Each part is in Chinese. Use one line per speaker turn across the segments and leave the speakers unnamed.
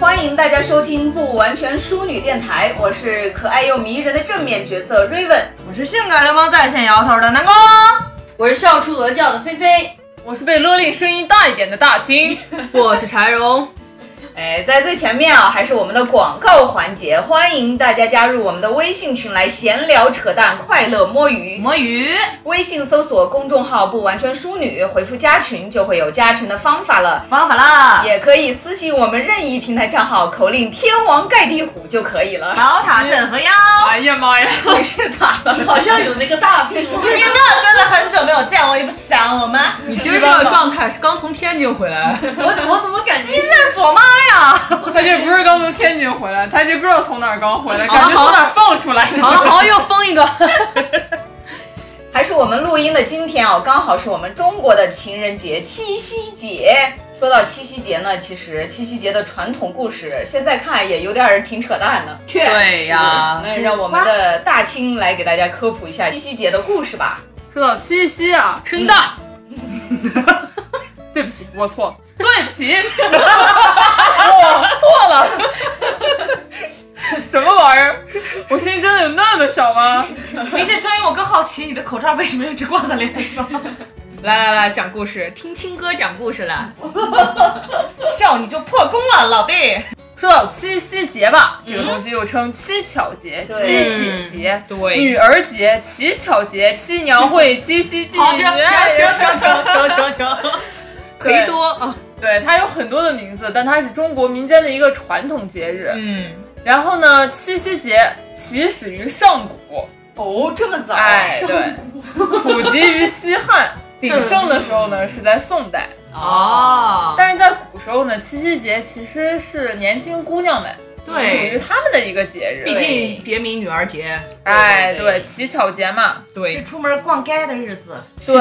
欢迎大家收听不完全淑女电台，我是可爱又迷人的正面角色 Raven，
我是性感流氓在线摇头的南宫，
我是笑出鹅叫的菲菲，
我是被勒令声音大一点的大清，
我是柴荣。
哎，在最前面啊，还是我们的广告环节，欢迎大家加入我们的微信群来闲聊、扯淡、快乐摸鱼。
摸鱼，
微信搜索公众号“不完全淑女”，回复加群就会有加群的方法了。
方法啦，
也可以私信我们任意平台账号，口令“天王盖地虎”就可以 了。
宝塔镇河妖。
哎呀妈呀！
你是咋了？
你好像有那个大病 了。
你们真的很久没有见我，你不想我吗？
你今儿这个状态是刚从天津回来？
我我怎么感觉
是索妈哎呀！
他这不是刚从天津回来，他这不知道从哪儿刚回来，感觉从哪儿放出来
好了
的。
好了，又封一个。
还是我们录音的今天哦，刚好是我们中国的情人节七夕节。说到七夕节呢，其实七夕节的传统故事，现在看也有点儿挺扯淡的。
确
对呀，
那让我们的大清来给大家科普一下七夕节的故事吧。
说到七夕啊，
声音大。
对不起，我错了，对不起，我错了。什么玩意儿？我声音真的有那么小吗？
没这声音，我更好奇你的口罩为什么一直挂在脸上？
来来来，讲故事，听青哥讲故事来。
笑你就破功了，老弟。
说到七夕节吧，
嗯
这个东西又称七巧节、
对
七姐节、
对
女儿节、乞巧节、七娘会、七夕祭、
好，
女
停停
爱人
停停停停 停。
对
忒多啊。
对，它有很多的名字，但它是中国民间的一个传统节日。
嗯，
然后呢，七夕节起始于上古，
哦，这么早？
哎，对，普及于 西汉，鼎盛的时候呢是在宋代，
哦，
但是在古时候呢，七夕节其实是年轻姑娘们。属于
对，
他们的一个节日，
毕竟别名女儿节。
哎，
对对
对，乞巧 节嘛，
是
对，
出门逛街的日子，
对，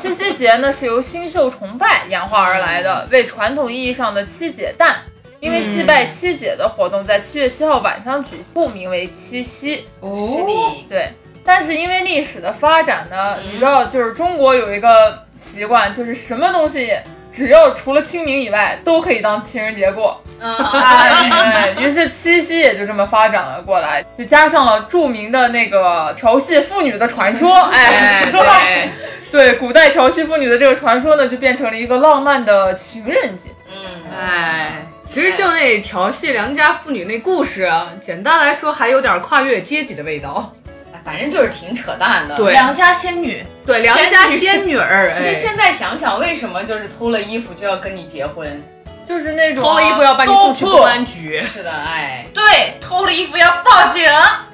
七夕节呢是由星宿崇拜演化而来的，为传统意义上的七姐诞。因为
嗯
祭拜七姐的活动在七月七号晚上举行，故名为七夕。
哦
是
哦
的。
对，但是因为历史的发展呢，
嗯
你知道，就是中国有一个习惯，就是什么东西只要除了清明以外，都可以当情人节过。
嗯，
哎，对于是七夕也就这么发展了过来，就加上了著名的那个调戏妇女的传说。哎，
哎对，
对，古代调戏妇女的这个传说呢，就变成了一个浪漫的情人节。
嗯，
哎。其实就那调戏良家妇女那故事啊，简单来说还有点跨越阶级的味道。
反正就是挺扯淡的。
对
良家仙女，
对，良家仙女儿，哎
就现在想想，为什么就是偷了衣服就要跟你结婚？
就是那种啊
偷了衣服要把你送去
糟粕
公安局。
是的，哎，
对，偷了衣服要报警。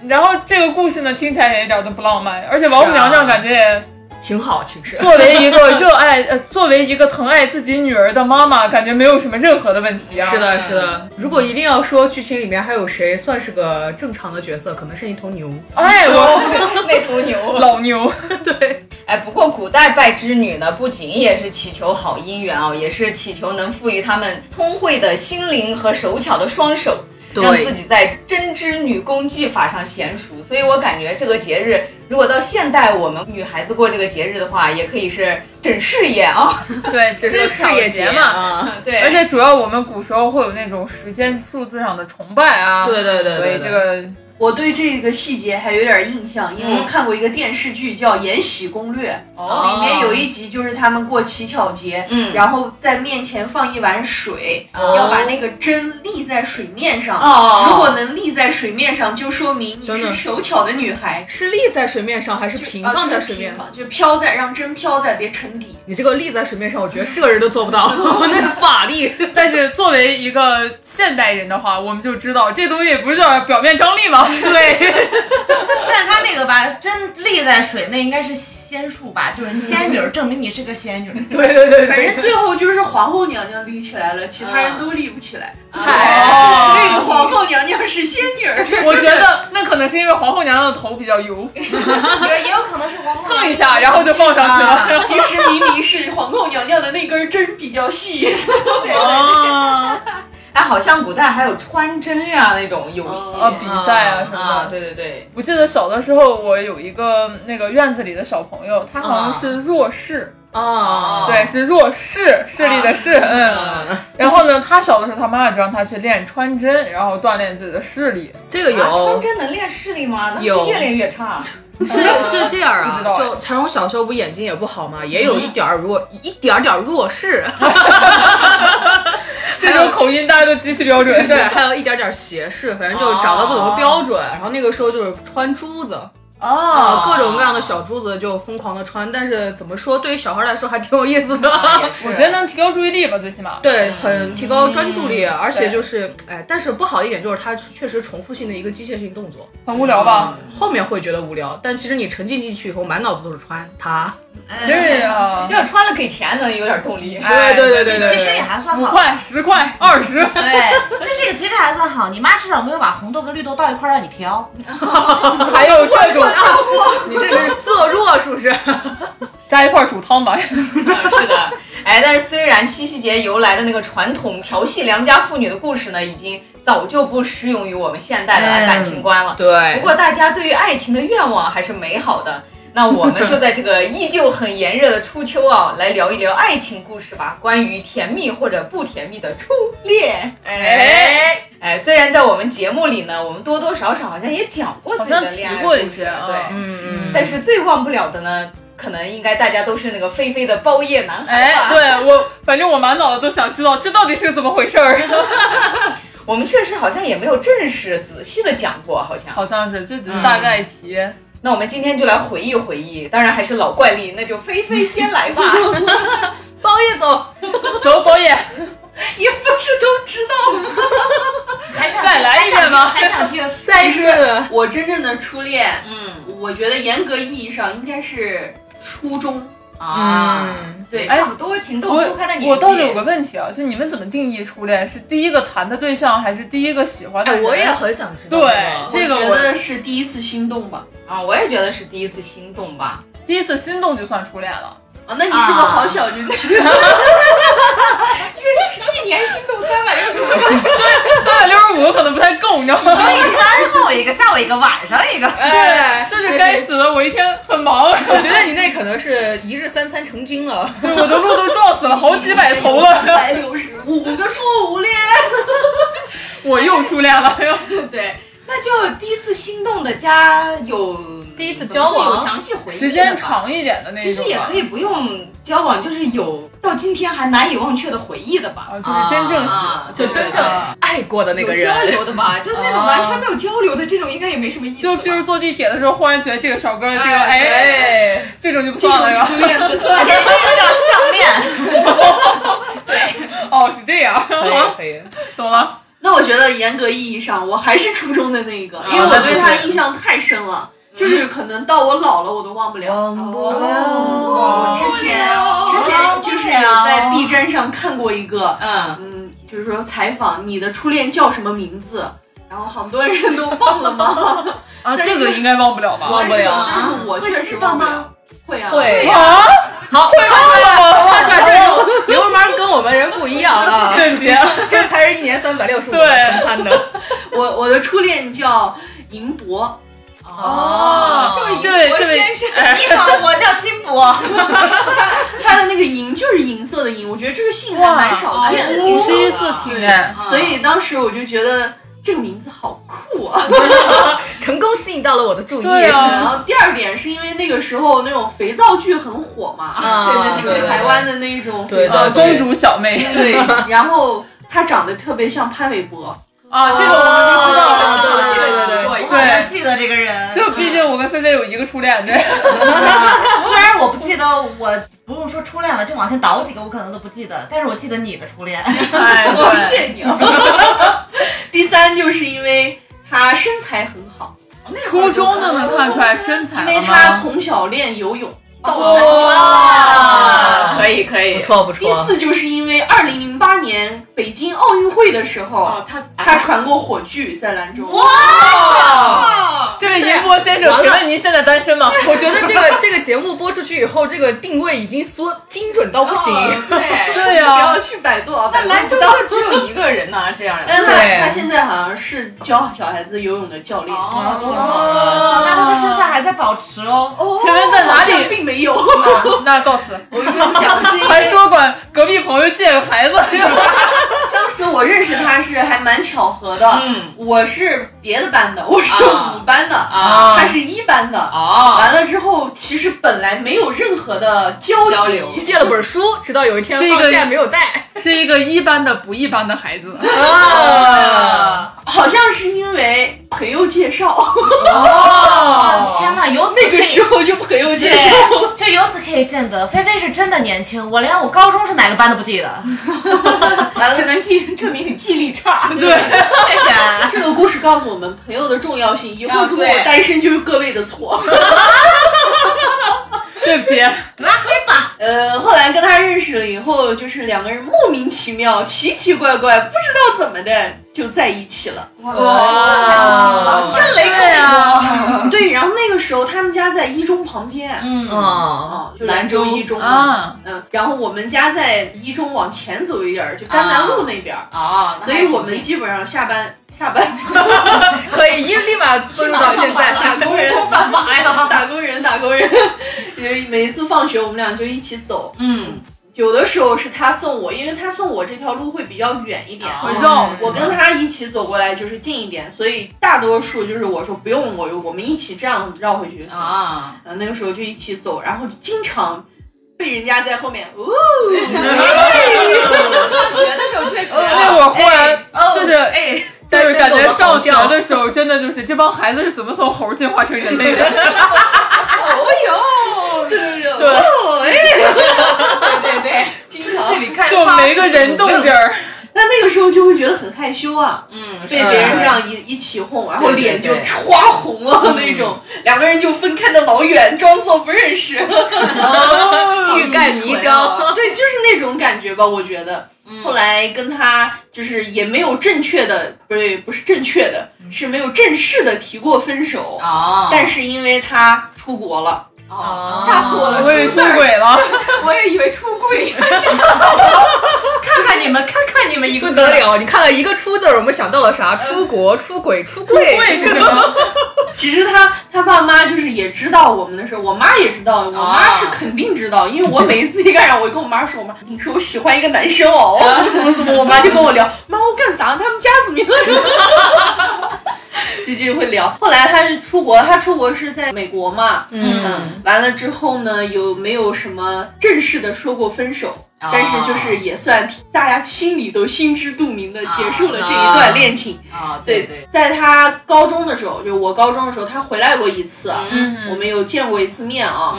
然后这个故事呢，听起来也一点都不浪漫，而
啊
且王母娘娘感觉也
挺好，其实。
作为一个热爱呃，作为一个疼爱自己女儿的妈妈，感觉没有什么任何的问题啊。
是，的，是的。哎如果一定要说剧情里面还有谁算是个正常的角色，可能是一头牛。
哎，我
那头牛。
老牛，
对，
哎，不过古代拜织女呢，不仅也是祈求好姻缘哦，也是祈求能赋予他们聪慧的心灵和手巧的双手，
对
让自己在针织女工技法上娴熟。所以我感觉这个节日，如果到现代我们女孩子过这个节日的话，也可以是整事业啊、
对，这
这是
是事
事
业
业
节嘛。
嘛。
对，
而且主要我们古时候会有那种时间数字上的崇拜啊，
对对对对
所以
对
这个
我对这个细节还有点印象，因为我看过一个电视剧叫《延禧攻略》，
哦
里面有一集就是他们过乞巧节，
嗯
然后在面前放一碗水，
哦
要把那个针立在水面上。
哦
如果能立在水面上，就说明你
等
是
等
手巧的女孩。
是立在水面上还是
就
平
啊
放在
就是
水面
平？放就飘在，让针飘在，别沉底。
你这个立在水面上，我觉得是个人都做不 到，那是法力。
但是作为一个现代人的话，我们就知道这东西不是叫表面张力吗？
对，
但是他那个吧，真立在水那应该是仙术吧，就是仙女儿，证明你是个仙 女。
对对对
反正最后就是皇后娘娘立起来了，其他人都立不起来。
哦
那个皇后娘娘是仙女儿，
确实
我觉
是
得那可能是因为皇后娘娘的头比较油，
也也有可能是皇后
蹭一下然后就 放上去了。
其实明明是皇后娘娘的那根针比较细。
啊
哦，
哎，好像古代还有穿针呀、那种游戏、
啊，比赛啊什么
啊，
的。
对对对，
啊
我记得小的时候，我有一个那个院子里的小朋友，他好像是弱视，
哦，
对，谁说是势
啊
力的势，嗯。
嗯，
然后呢，他小的时候，他妈妈就让他去练穿针，然后锻炼自己的视力。
这个
啊，穿
有。
针能练视力吗？那不
有
是越练越差。
是是这样
不
啊
知道，哎
就陈荣小时候不眼睛也不好嘛，也有一点儿弱，一点儿点儿弱视，
这种口音大家都极其标准。 啊
对，还有一点儿点儿斜视，反正就找到不怎么标准。
啊
然后那个时候就是穿珠子，
哦，
各种各样的小珠子就疯狂的穿，但是怎么说，对于小孩来说还挺有意思
啊
的。
我觉得能提高注意力吧，最起码。
对，很提高专注力，啊而且
对
就是，哎，但是不好的一点就是它确实重复性的一个机械性动作，啊
很无聊
哦
吧？
后面会觉得无聊，但其实你沉浸进去以后，满脑子都是穿它。
其实也啊，
要是穿了给钱能有点动力。
哎
对对对对
其实也还算
五
好。
块、十块、二十，
对，这这个其实还算好，你妈至少没有把红豆跟绿豆倒一块儿让你挑。
还有这种啊
你这 是色弱是不是？
加一块儿煮汤吧。
是的， 哎，但是虽然七夕节由来的那个传统调戏良家妇女的故事呢，已经早就不适用于我们现代的感情观了。
对
不过大家对于爱情的愿望还是美好的。那我们就在这个依旧很炎热的初秋啊，来聊一聊爱情故事吧，关于甜蜜或者不甜蜜的初恋。
哎，
哎，虽然在我们节目里呢，我们多多少少好像也讲过自己
好
的
像提
恋爱
过一
故事
些啊
对，
嗯
但是最忘不了的呢，可能应该大家都是那个飞飞的包夜男孩吧。
哎，对我，反正我满脑子都想知道这到底是个怎么回事儿。
我们确实好像也没有正式仔细的讲过，好像。
好像是，就只是大概提。
嗯
那我们今天就来回忆回忆，当然还是老惯例，那就飞飞先来 吧。
包夜走，
走，导演，
也不是都知道吗？
还想
再来一遍吗
还想听？
再一次，
我真正的初恋，
嗯
我觉得严格意义上应该是初中，
啊，对，
哎
差不多情窦初开的年纪。
我倒是有个问题啊，就你们怎么定义初恋？是第一个谈的对象，还是第一个喜欢的
哎，
人？
我也很想知道。
对这个
我
我
觉得是第一次心动吧。
啊，我也觉得是第一次心动吧。
第一次心动就算初恋了。
啊，那你是个好小年轻，
一年心动三百六十五
三百六十五可能不太够，你知道吗？
一个三上午一个，下午一个，晚上一个。
对，
这是该死的，我一天很忙，
哎我觉得 你那可能是一日三餐成精了。
我的路都撞死了好几百头了，
百六十五个初恋。
我又初 恋了。
个。 对，那就第一次心动的加有
第一次交往
怎么说有详细回忆的吧
时间。长一点的那种，啊
其实也可以不用交往，就是有到今天还难以忘却的回忆的吧。
啊，就是真正喜
啊，
就真正
啊
爱过的那个
有交
人，
流的吧，就是那种完全没有交流的这种，应该也没什么意思吧。
就譬如坐地铁的时候，忽然觉得这个小哥这个哎
哎，
这种就不算了是吧？
不算
这个叫项链，
哦，是这样，
可以哎可以，
懂了。
那我觉得严格意义上，我还是初中的那个，因为我对他印象太深了，就是可能到我老了我都忘不了。
忘不
了
哦
哦
我
哦
之前之前就是有在 B 站上看过一个，
嗯，
嗯，就是说采访你的初恋叫什么名字，然后好多人都忘了吗？
啊，
但
这
是
个应该忘不了吧？
忘不了
但是但是我确实忘不了。会啊，
会
啊，
好，
会忘了吗？
看出来这种流氓跟我们人不一样啊，
哦 对不起，
这才是一年三百六十五
对
餐的。
我我的初恋叫银博，
哦
这位
这位
英国
这位
先生，
你好，我叫金博。
他的那个银就是银色的银，我觉得这个姓还蛮少
哇
见
确实
哦
的。
挺少
第一
的
次听哎，
所以当时我就觉得这个名字好 酷啊。
成功吸引到了我的注意。
对啊
然后第二点是因为那个时候那种肥皂剧很火嘛，
啊
对
对对
台湾的那种肥
对
皂
啊，
对
剧，
公主小妹
对，然后他长得特别像潘玮柏，
啊，这个我们都知道
啊
了。
对哦对对对对
对
我好像记得这个人，
就毕竟我跟菲菲有一个初恋，对，
虽然我不记得，我不用说初恋了，就往前倒几个，我可能都不记得，但是我记得你的初恋。
哎
我谢你啊。 第三就是因为他身材很好，
初中就能看出来身材
因
了吗，
为他从小练游泳。
哦
哇，
哦
可以可以
不。错不
第
错，
四就是因为二零零八年北京奥运会的时候，
哦，他
他传过火炬在兰州。
哦，
这个银波先生，
完了
请问您现在单身吗？
我觉得这个 这个节目播出去以后，这个定位已经缩精准到不行。
对，
对
不
呀
要，去百度啊，百
那
度
兰
不
州
到。
就只有一个人呐，这样。
但是
对
他他现在好像是教小孩子游泳的教练，
哦
挺好的那他的身材还在保持哦。
请问在哪
好像
里？
并没有。
那那告辞。
我们
哎
又见孩子，
当时我认识他是还蛮巧合的，
嗯，
我是别的班的，我是
啊
五班的，
啊
他是一班的。
哦，
完了之后，其实本来没有任何的交
交流
集，
借了本书，直到有一天
是一个
放假没有带，
是一个一般的不一般的孩子。
啊
好像是因为朋友 介绍，
哦天呐，由此
那
可
个
以
时候就朋友介绍。
对，就由此可以见得，菲菲是真的年轻，我连我高中是哪个班都不记得。
完了，只能记证明你记忆 力差。
对，
谢谢。
这个故事告诉我们朋友的重要性。以后
啊
如果
对
我单身，就是各位的错。
对不起，
拉黑吧。
呃，后来跟他认识了以后，就是两个人莫名其妙、奇奇怪怪，不知道怎么的就在一起了。
哇，
这雷
对啊，
对，然后那个时候他们家在一中旁边，
嗯，
啊，
啊，就兰州一中嘛。
啊，
嗯，然后我们家在一中往前走一点儿，就甘南路那边儿，
哦，
所以我们基本上下班下班
可以一立马进入到
哎
现在。
打工人
犯法呀。
打工人打工人，就每一次放学我们俩就一起走。
嗯，
有的时候是他送我，因为他送我这条路会比较远一点，嗯
哦
我绕
我跟他一起走过来就是近一点，所以大多数就是我说不用我，我们一起这样绕回去就行。
啊，
呃，那个时候就一起走，然后就经常被人家在后面 哦，哎
上上学的时候确实
那会儿忽然就是
哎，
就是感觉上学的时候，真的就是这帮孩子是怎么从猴进化成人类的？
哦哟，对对对，
对
哦哎，
对对，
经常
这。里看
就没个人动静儿。
那那个时候就会觉得很害羞啊，
嗯，
被
是
别人这样一一起哄，然后
对对
脸就
对嗯
刷红了那种，两个人就分开的老远，装作不认识，
欲盖弥彰。
对，就是那种感觉吧，我觉得。
嗯
后来跟他就是也没有正确的，不对，不是正确的，
嗯
是没有正式的提过分手，
哦，
但是因为他出国了。
哦，
吓死我了
我也出轨了，
我也以为出柜，
看看你们，看看你们一
不
个
得了！你看了一个“出”字儿，我们想到了啥？出国、出轨、出柜。
为什 么？
其实他他爸妈就是也知道我们的事儿，我妈也知道，我妈是肯定知道，因为我每一次一干啥，我就跟我妈说，我妈你说我喜欢一个男生哦，我怎么怎么怎么，我妈就跟我聊，妈我干啥？他们家怎么样？ 就就会聊。后来他就出国，他出国是在美国嘛，嗯完了之后呢，有没有什么正式的说过分手？但是就是也算大家心里都心知肚明的结束了这一段恋情。
啊，
对
对对，
在他高中的时候，就是我高中的时候，他回来过一次，啊
嗯
我们有见过一次面啊。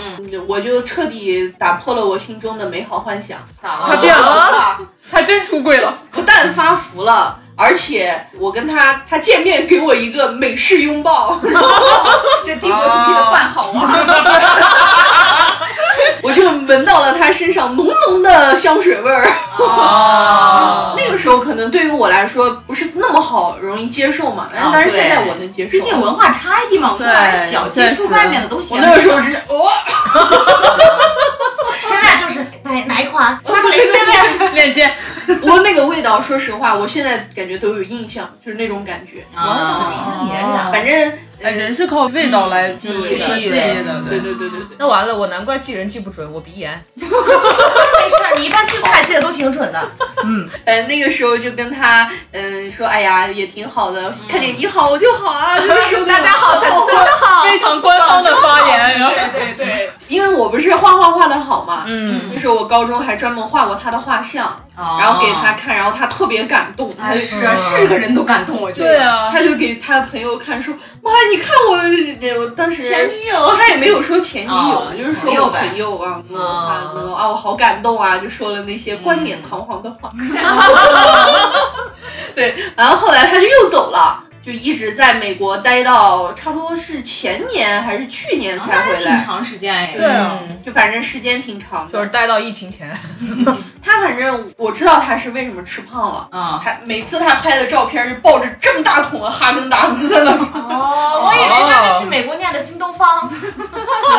我就彻底打破了我心中的美好幻想，
咋
他
了？
变了， 他真出轨了。
不但发福了，而且我跟他他见面给我一个美式拥抱，
这帝国主义
哦
的饭好啊！
我就闻到了他身上浓浓的香水味儿。
嗯
哦，
那个时候可能对于我来说不是那么好容易接受嘛，但是
啊
但是现
对
在我能接受。
毕竟文化差异嘛，我们还
对
小接触
确实
外面的东西
我
啊。
那个 时候只是哦，
现在就是哪哪一款？
发出来见面，
链接，
不过那个味道，说实话，我现在感觉都有印象，就是那种感觉。
哎
我怎么听你这样？
反正
哎，人是靠味道来记忆的，
嗯
记忆的，
对对对对对。
那完了，我难怪记人记不准，我鼻炎。
没事，你一般记菜记得都挺准的。
呃，那个时候就跟他，嗯、说，哎呀，也挺好的，看见你好我就好啊，就是说
大家好才是真的
哦
好。
非常官方的发言。然后
对对，
因为我不是画画画的好嘛，
嗯，
那时候我高中还专门画过他的画像，
哦
然后给他看，然后他特别感动，他
哎，
就是
啊，是个人都感动，我觉得。
对啊，
他就给他朋友看，说，妈，你看我，呃我当时
哎
前女友
哦他也没有说前女友
哦，
就是说我朋友啊，嗯啊，嗯啊，我好感动啊，就说了那些冠冕堂皇的话。对，然后后来他就又走了，就一直在美国待到差不多是前年还是去年
哦
才
还
回
挺
来，嗯
长时间哎，
对 啊，
就反正时间挺长
就是
的。
待到疫情前，
他反正我知道他是为什么吃胖了。
嗯
哦
啊，
他每次他拍的照片就抱着这么大桶的哈根达斯在那儿，
哦，我以为他是去美国念的新东方。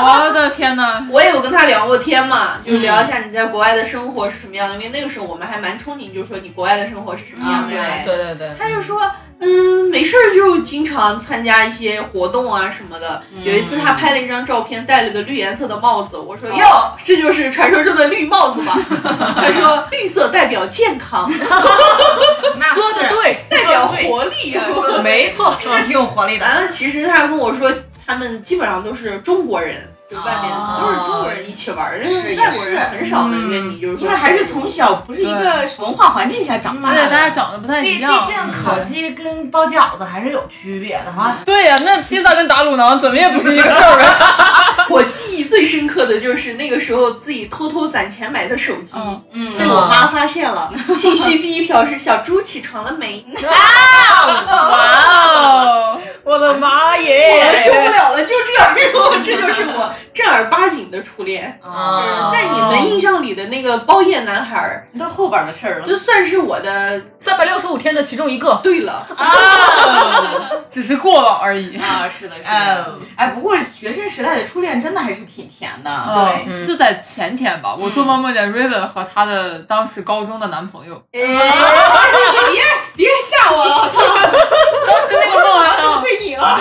我的天哪，
我也有跟他聊过天嘛，就聊一下你在国外的生活是什么样的，因为那个时候我们还蛮憧憬，就是说你国外的生活是什么样的呀。
啊
对对对，
他就说，嗯，没事儿就经常参加一些活动啊什么的。有一次他拍了一张照片，戴了个绿颜色的帽子，我说哟，这就是传说中的绿帽子吧？他说绿色代表健康，
那
说
是
的 对，
代表活力啊。说
没错，
是挺有活力的。
完了，其实他跟我说，他们基本上都是中国人，就外面
哦
都是中国人一起玩儿，但
是也
外国人
是
很少能约你，就是说
因为嗯还是从小不是一个文化环境下长大
而且大家
的，
长得不太
毕
一
毕
样。嗯
竟烤鸡跟包饺子还是有区别的哈。
对呀、那披萨跟打卤囊怎么也不是一个事儿啊！
我记忆最深刻的就是那个时候自己偷偷攒钱买的手机，
嗯
嗯
被我妈发现了。信息第一条是小猪起床了没？
嗯
哇 哦，
我的妈
我受不
耶！
了了，就这样，这就是我正儿八经的初恋。
嗯哦
啊
在你们印象里的那个包夜男孩儿，
都后边的事儿了。
就算是我的
三百六十五天的其中一个，
对了。
只是过往而已。
啊，是的，是
嗯
的。哎，不过学生时代的初恋真的还是挺甜的。
哦
嗯，就在前天吧，我做梦梦见 Raven 和她的当时高中的男朋友，
嗯
哎
别吓我了，我操！
当时那个梦 还很好，
对你了。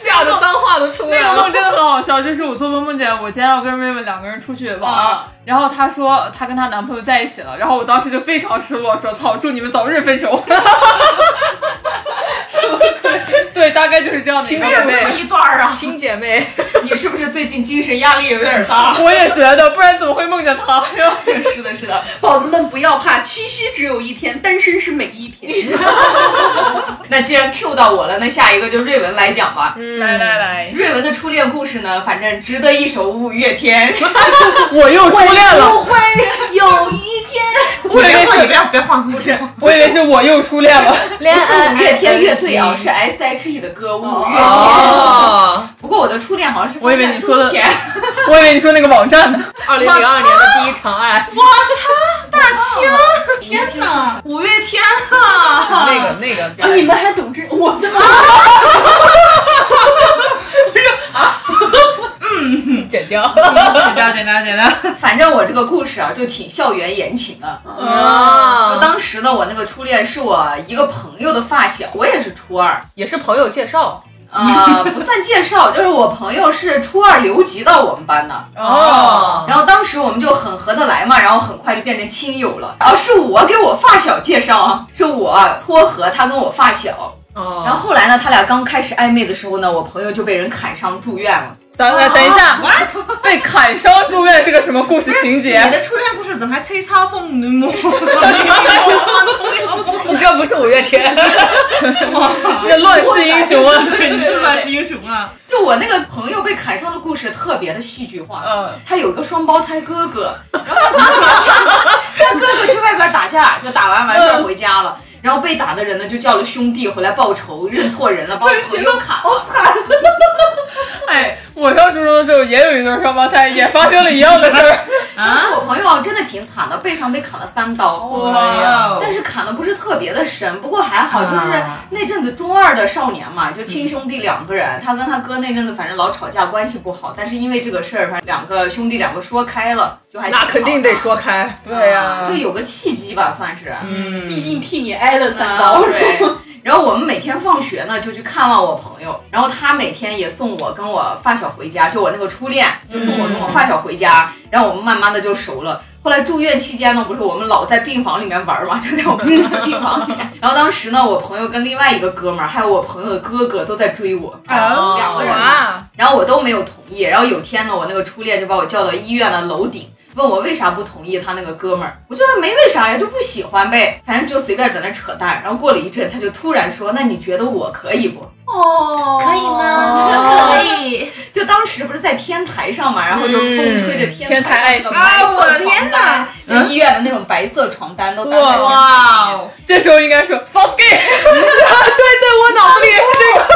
吓得脏话都出
那
来
个
了。
梦真的很好笑，就是我做梦梦见我今天要跟 Raven 两个人出去玩，
啊
然后她说她跟她男朋友在一起了，然后我当时就非常失落，说操，祝你们早日分 手。对，大概就是这样的一个
姐妹
梦。
一段儿 啊，
亲 姐妹，
你是不是最近精神压力有点大？
我也觉得，不然怎么会梦见他呀？
是的，是的。
宝子们不要怕，七夕只有一天，单身是每一天。
那既然 Q 到我了，那下一个就瑞文来讲吧。
来来来，
瑞文的初恋故事呢，反正值得一首五月 天。
我又初恋了，
会有一天，
我以为是，
别别换故 事，
我以为是我又初恋了。
恋
不是
呃
爱
五月天乐队啊，是 S H E 的歌五月天。
哦，
不过我的初恋好像是
我以为你说的
放在中间
我以为你说那个网站呢。
二零零二年的第一场爱，
天哪，五月天啊，
那个那个表
你
演，
们还懂这？我的妈！
剪掉。
简单简单简单，
反正我这个故事啊，就挺校园言情的。我
啊，
当时呢，我那个初恋是我一个朋友的发小，我也是初二，
也是朋友介绍，
啊，不算介绍，就是我朋友是初二留级到我们班 的，
哦
然后当时我们就很合得来嘛，然后很快就变成亲友了。然后是我给我发小介绍啊，是我撮合他跟我发小。
嗯
哦，
然后后来呢，他俩刚开始暧昧的时候呢，我朋友就被人砍伤住院了。
等等等一下，被砍伤住院是个什么故事情节？
你的初恋故事怎么还摧残父 母？
你这不是五月 天，
这乱世英雄 啊！
你是吧，是英雄啊？
就我那个朋友被砍伤的故事特别的戏剧化。
嗯，
他有一个双胞胎哥 哥，然后他他哥哥去外边打架，就打完完事儿回家了。然后被打的人呢，就叫了兄弟回来报仇，认错人了，把我朋友砍
哦
了。
哎，我上初中的时候也有一对双胞胎，也发生了一样的事儿。
当时我朋友啊真的挺惨的，背上被砍了三刀。
哦
哎
哇
但是砍的不是特别的深，不过还好，就是
啊
那阵子中二的少年嘛，就亲兄弟两个人，他跟他哥那阵子反正老吵架，关系不好，但是因为这个事儿，反正两个兄弟两个说开了，就还挺
那肯定得
好的
说开，
对呀
就，有个契机吧，算是。
嗯，
毕竟替你挨了三
啊
刀。
对。然后我们每天放学呢，就去看望我朋友，然后他每天也送我跟我发小回家，就我那个初恋，就送我跟我发小回家，然后我们慢慢的就熟了。后来住院期间呢，不是我们老在病房里面玩嘛，就在我朋友的病房里面。然后当时呢，我朋友跟另外一个哥们儿，还有我朋友的哥哥都在追我，
哦
两个人嘛。
哇，
然后我都没有同意。然后有天呢，我那个初恋就把我叫到医院的楼顶，问我为啥不同意他那个哥们儿。我觉得没为啥呀，就不喜欢呗，反正就随便在那扯淡。然后过了一阵，他就突然说：“那你觉得我可以不
哦，
可以？吗？可以。？”
就当时不是在天台上嘛，然后就风吹着天
天台爱情
白
嗯啊我
色
的
床
天
单
哪，
就医院的那种白色床单都搭在
哇
身上
哇哦！
这时候应该说 f o s k y
我脑子里也是这个，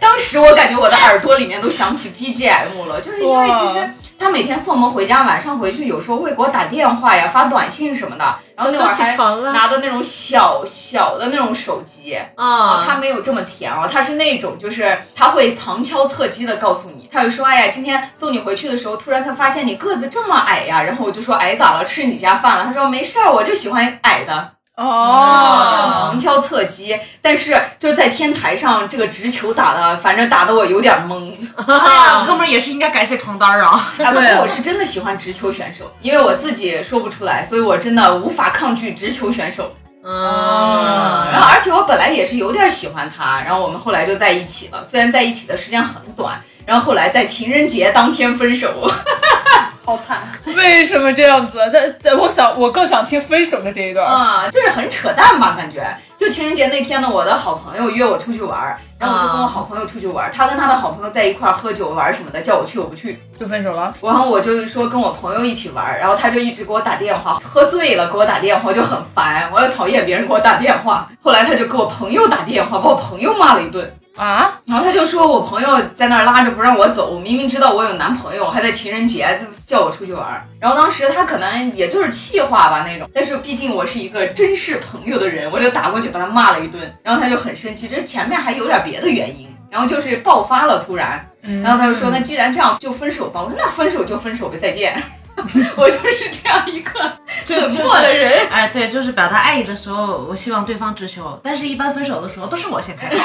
当时我感觉我的耳朵里面都响起 BGM 了，就是因为其实
哇
他每天送我们回家，晚上回去有时候会给我打电话呀、发短信什么的，然后那会儿
哦就起
还
床了
拿的那种小小的那种手机。啊，
啊
他没有这么甜啊，他是那种就是他会旁敲侧击的告诉你，他会说，哎呀，今天送你回去的时候，突然才发现你个子这么矮呀，然后我就说矮咋了，吃你家饭了？他说没事儿，我就喜欢矮的。
哦，
就是
啊
旁敲侧击，但是就是在天台上这个直球打的，反正打的我有点懵。
哎呀，哥们儿也是应该感谢床单儿啊！
哎，不过我是真的喜欢直球选手，因为我自己说不出来，所以我真的无法抗拒直球选手。
啊
嗯，然后而且我本来也是有点喜欢他，然后我们后来就在一起了，虽然在一起的时间很短，然后后来在情人节当天分手。
好惨，
为什么这样子？在在我想，我更想听分手的这一段。
啊， 就是很扯淡吧，感觉。就情人节那天呢，我的好朋友约我出去玩儿，然后我就跟我好朋友出去玩儿，他跟他的好朋友在一块儿喝酒玩儿什么的，叫我去我不去，
就分手了。
然后我就说跟我朋友一起玩儿，然后他就一直给我打电话，喝醉了给我打电话就很烦，我又讨厌别人给我打电话。后来他就给我朋友打电话，把我朋友骂了一顿。
啊，
然后他就说我朋友在那儿拉着不让我走，明明知道我有男朋友，还在情人节就叫我出去玩儿。然后当时他可能也就是气话吧那种，但是毕竟我是一个珍视朋友的人，我就打过去把他骂了一顿。然后他就很生气，这前面还有点别的原因，然后就是爆发了突然。
嗯
然
嗯
后他就说那既然这样就分手吧。我说那分手就分手呗，再见。 我就是这样一个冷漠的人。
哎，对，就是表达爱意的时候，我希望对方直球，但是一般分手的时候都是我先开口。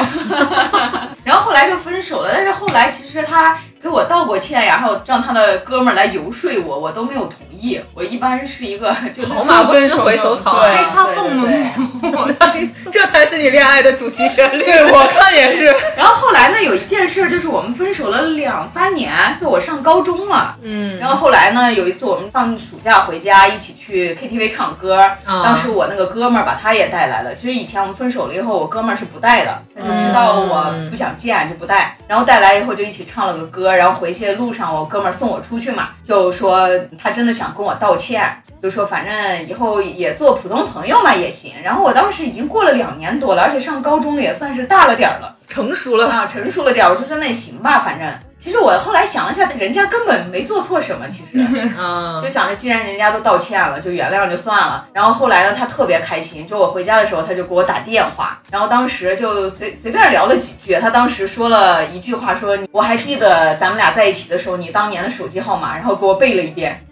然后后来就分手了，但是后来其实他给我道过歉呀，还有让他的哥们儿来游说我，我都没有同意。我一般是一个就是
好马不吃回头草，啊
对
开仓送
对对
门，
这才是你恋爱的主题旋律。
对我看也是。
然后后来呢，有一件事儿就是我们分手了两三年，就我上高中了。嗯，然后后来呢，有一次我们放暑假回家一起去 KTV 唱歌，
啊
当时我那个哥们儿把他也带来了。其实以前我们分手了以后，我哥们儿是不带的，他就知道我不想见就不带。然后带来以后就一起唱了个歌，然后回去的路上我哥们儿送我出去嘛，就说他真的想跟我道歉。就说反正以后也做普通朋友嘛也行，然后我当时已经过了两年多了，而且上高中了也算是大了点儿了，
成熟了，
啊，成熟了点儿，我就说那行吧，反正其实我后来想了一下，人家根本没做错什么，其实
嗯
就，想着既然人家都道歉了，就原谅就算了。然后后来呢，他特别开心，就我回家的时候，他就给我打电话，然后当时就随随便聊了几句，他当时说了一句话说，我还记得咱们俩在一起的时候，你当年的手机号码，然后给我背了一遍。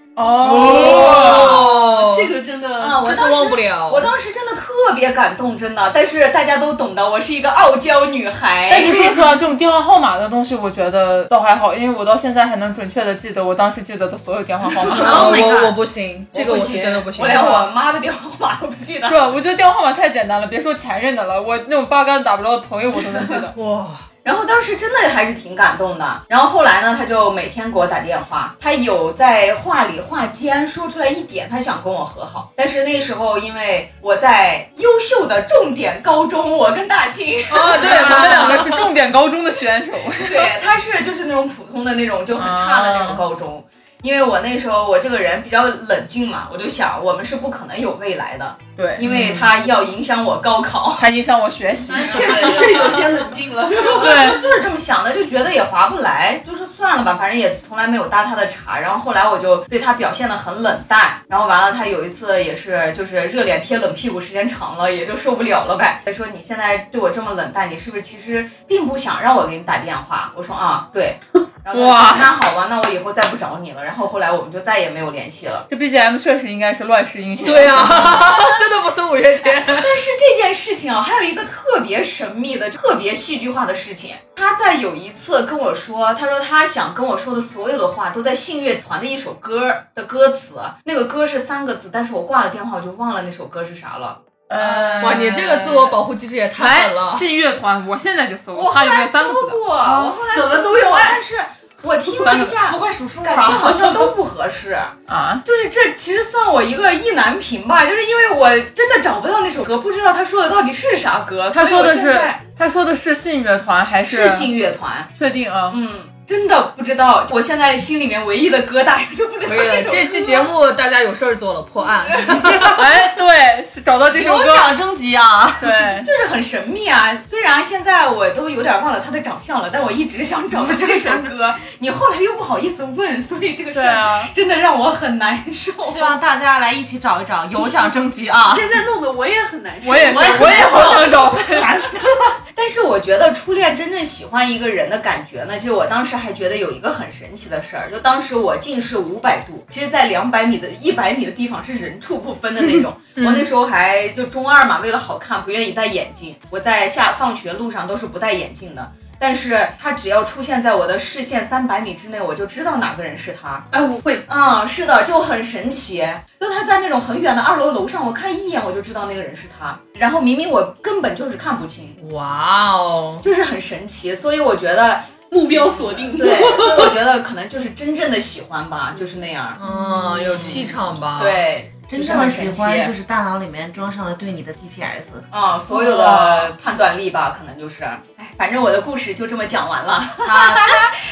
哦，
哦，
这个真的
啊，我
真
当
的
时
忘不了。
我当时真的特别感动，真的。但是大家都懂得，我是一个傲娇女孩。
但是说实话，这种电话号码的东西，我觉得倒还好，因为我到现在还能准确的记得我当时记得的所有电话号 码。
啊
Oh my
我
god
我不行，这个我是真的不行。。
我连我妈的电话号码都不记得
是。吧？我觉得电话号码太简单了，别说前任的了，我那种八竿子打不着的朋友我都能记得
哇，
然后当时真的还是挺感动的。然后后来呢，他就每天给我打电话，他有在话里话间说出来一点，他想跟我和好。但是那时候因为我在优秀的重点高中，我跟大清，
啊，对， 我们两个是重点高中的选手。
对，他是就是那种普通的那种就很差的那种高中。因为我那时候我这个人比较冷静嘛，我就想我们是不可能有未来的，
对，
因
嗯
为他要影响我高考。
他影响我学习。
啊
确实是有些冷静了。
对，
就是这么想的，就觉得也划不来，就是算了吧，反正也从来没有搭他的茬。然后后来我就对他表现的很冷淡，然后完了他有一次也是就是热脸贴冷屁股，时间长了也就受不了了呗。他说你现在对我这么冷淡，你是不是其实并不想让我给你打电话？我说啊，对。 然后他说
哇
那好吧，那我以后再不找你了。然后后来我们就再也没有联系了。
这 BGM 确实应该是乱世英雄。
对啊， 真的不是五月天。
但是这件事情啊，还有一个特别神秘的、特别戏剧化的事情。他在有一次跟我说，他说他想跟我说的所有的话都在信乐团的一首歌的歌词，那个歌是三个字，但是我挂了电话我就忘了那首歌是啥了。
呃，
哇，你这个自我保护机制也太
来
狠了。
信乐团，我现在就搜，
我
他
后
有没
来
有三
搜
个字的？
过，我后来哦死了都有，但是我听了一下，
不会数数
感觉好像都不合适。
啊，
就是这其实算我一个意难平吧，就是因为我真的找不到那首歌，不知道他说的到底是啥歌。
他说的
所以我
是
现在
他说的是信乐团还
是信乐团。
确定啊？
嗯，真的不知道，我现在心里面唯一的疙瘩就不知道
可以了，
这首
这期节目大家有事儿做了，破案。
哎，对，是找到这首
有
歌，
奖征集啊！
对，
就是很神秘啊。虽然现在我都有点忘了他的长相了，但我一直想找到这首歌。你后来又不好意思问，所以这个事
对
儿
啊
真的让我很难受。
希望大家来一起找一 找，有奖征集啊！
现在弄得我也很难受。
我也是，我也好想找。
烦死了！
但是我觉得初恋真正喜欢一个人的感觉呢，其实我当时还觉得有一个很神奇的事儿，就当时我近视五百度，其实在两百米的一百米的地方是人畜不分的那 种。我那时候还就中二嘛，为了好看不愿意戴眼镜，我在下放学路上都是不戴眼镜的。但是他只要出现在我的视线三百米之内，我就知道哪个人是他。
哎，我会，
嗯，是的，就很神奇。就他在那种很远的二楼楼上，我看一眼我就知道那个人是他，然后明明我根本就是看不清，
哇哦，
就是很神奇。所以我觉得，
目标锁定，
对，所以我觉得可能就是真正的喜欢吧，就是那样。
嗯，有气场吧？，
对，
真正的喜欢就是是大脑里面装上了对你的 GPS。
啊、嗯，所有的判断力吧，可能就是，哎，反正我的故事就这么讲完了。
啊，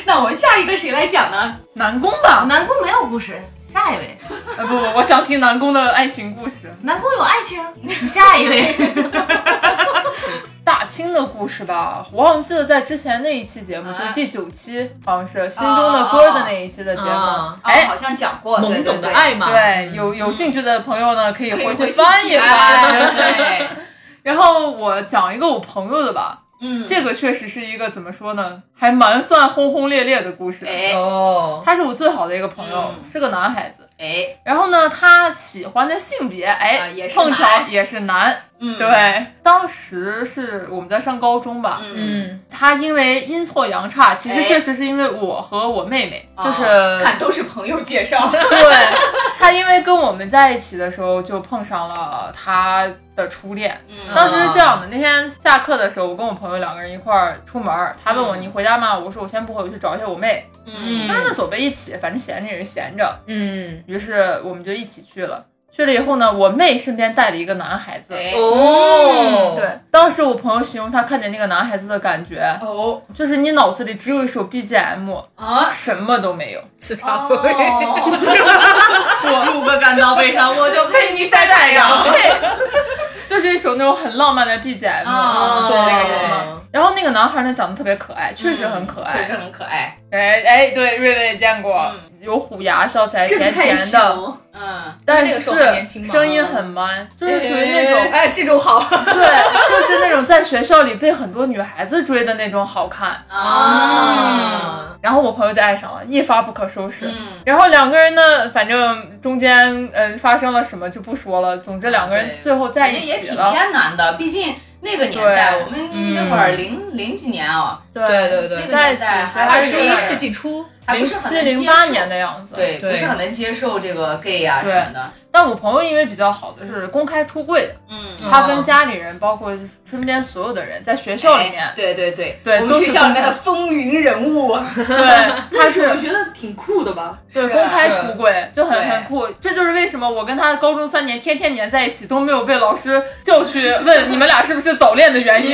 那我们下一个谁来讲呢？
南宫吧？
南宫没有故事，下一位。
呃不不，我想听南宫的爱情故事。
南宫有爱情，下一位。
大清的故事吧，我好像记得在之前那一期节目，
啊
就是第九期，好像是《心中的歌》的那一期的节目
啊。
哎、
哎，
好像讲
哦
过，对
懵
对
懂的
对，
爱嘛，
嗯
对，有有兴趣的朋友呢，可以回去翻一翻。
哎对，
然后我讲一个我朋友的吧，
嗯，
这个确实是一个怎么说呢，还蛮算轰轰烈烈的故事。
哎
哦，
他是我最好的一个朋友，
嗯
是个男孩子。
哎，
然后呢，他喜欢的性别，哎，
啊也是
碰巧
男
也是男。
嗯，
对，当时是我们在上高中吧。
嗯，
嗯，
他因为阴错阳差，其实
哎
确实是因为我和我妹妹，
啊
就是、
看都是朋友介 绍，
对他，因为跟我们在一起的时候就碰上了他的初恋。
嗯
当时是这样的，那天下课的时候，我跟我朋友两个人一块儿出门儿，他问我你回家吗？我说我先不回，我去找一下我妹。
嗯
他说那走呗，一起，反正闲着也是闲着。
嗯，
于是我们就一起去了。去了以后呢，我妹身边带了一个男孩子。
哎
哦，
对，当时我朋友形容他看见那个男孩子的感觉，
哦
就是你脑子里只有一首 BGM，
啊，
什么都没有。
吃茶会，
路哥感到悲伤，我就
陪你晒太阳，对，就是一首那种很浪漫的 BGM，、
啊
对那个
对
意思吗？然后那个男孩呢，长得特别可爱，确实很可爱
嗯确。实很可爱，
哎哎，对，瑞瑞也见过，有虎牙，笑起 来甜甜的，
嗯，
但
那个
是
时候还年轻嘛
声音很 man，就是属于那种。
哎，这种好，
对，就是那种在学校里被很多女孩子追的那种好看，
啊，
嗯
然后我朋友就爱上了，一发不可收拾。
嗯
然后两个人呢，反正中间呃发生了什么就不说了，总之两个人
对
最后在一
也
起
挺
了。
艰难的，毕竟那个年代，
对嗯
我们那会儿零零几年啊，
对
对对
那个
在一
年
起
代
时候
还
还
二
是
十
是
一世纪初，
还
零
不是很
七
能接受
零八年的样子。
对，
对
不是很能接受这个 gay 啊什
对
么的，
但我朋友因为比较好的是公开出柜的，
嗯。
他跟家里人，包括身边所有的人，在学校里
哎
面，
对对对，
对
我
都
们
是
学校里面的风云人物，
对，他
但是我
是
觉得挺酷的吧？
对
是
公开出柜，就很
对
很酷。这就是为什么我跟他高中三年天天黏在一起，都没有被老师叫去问你们俩是不是早恋的原因，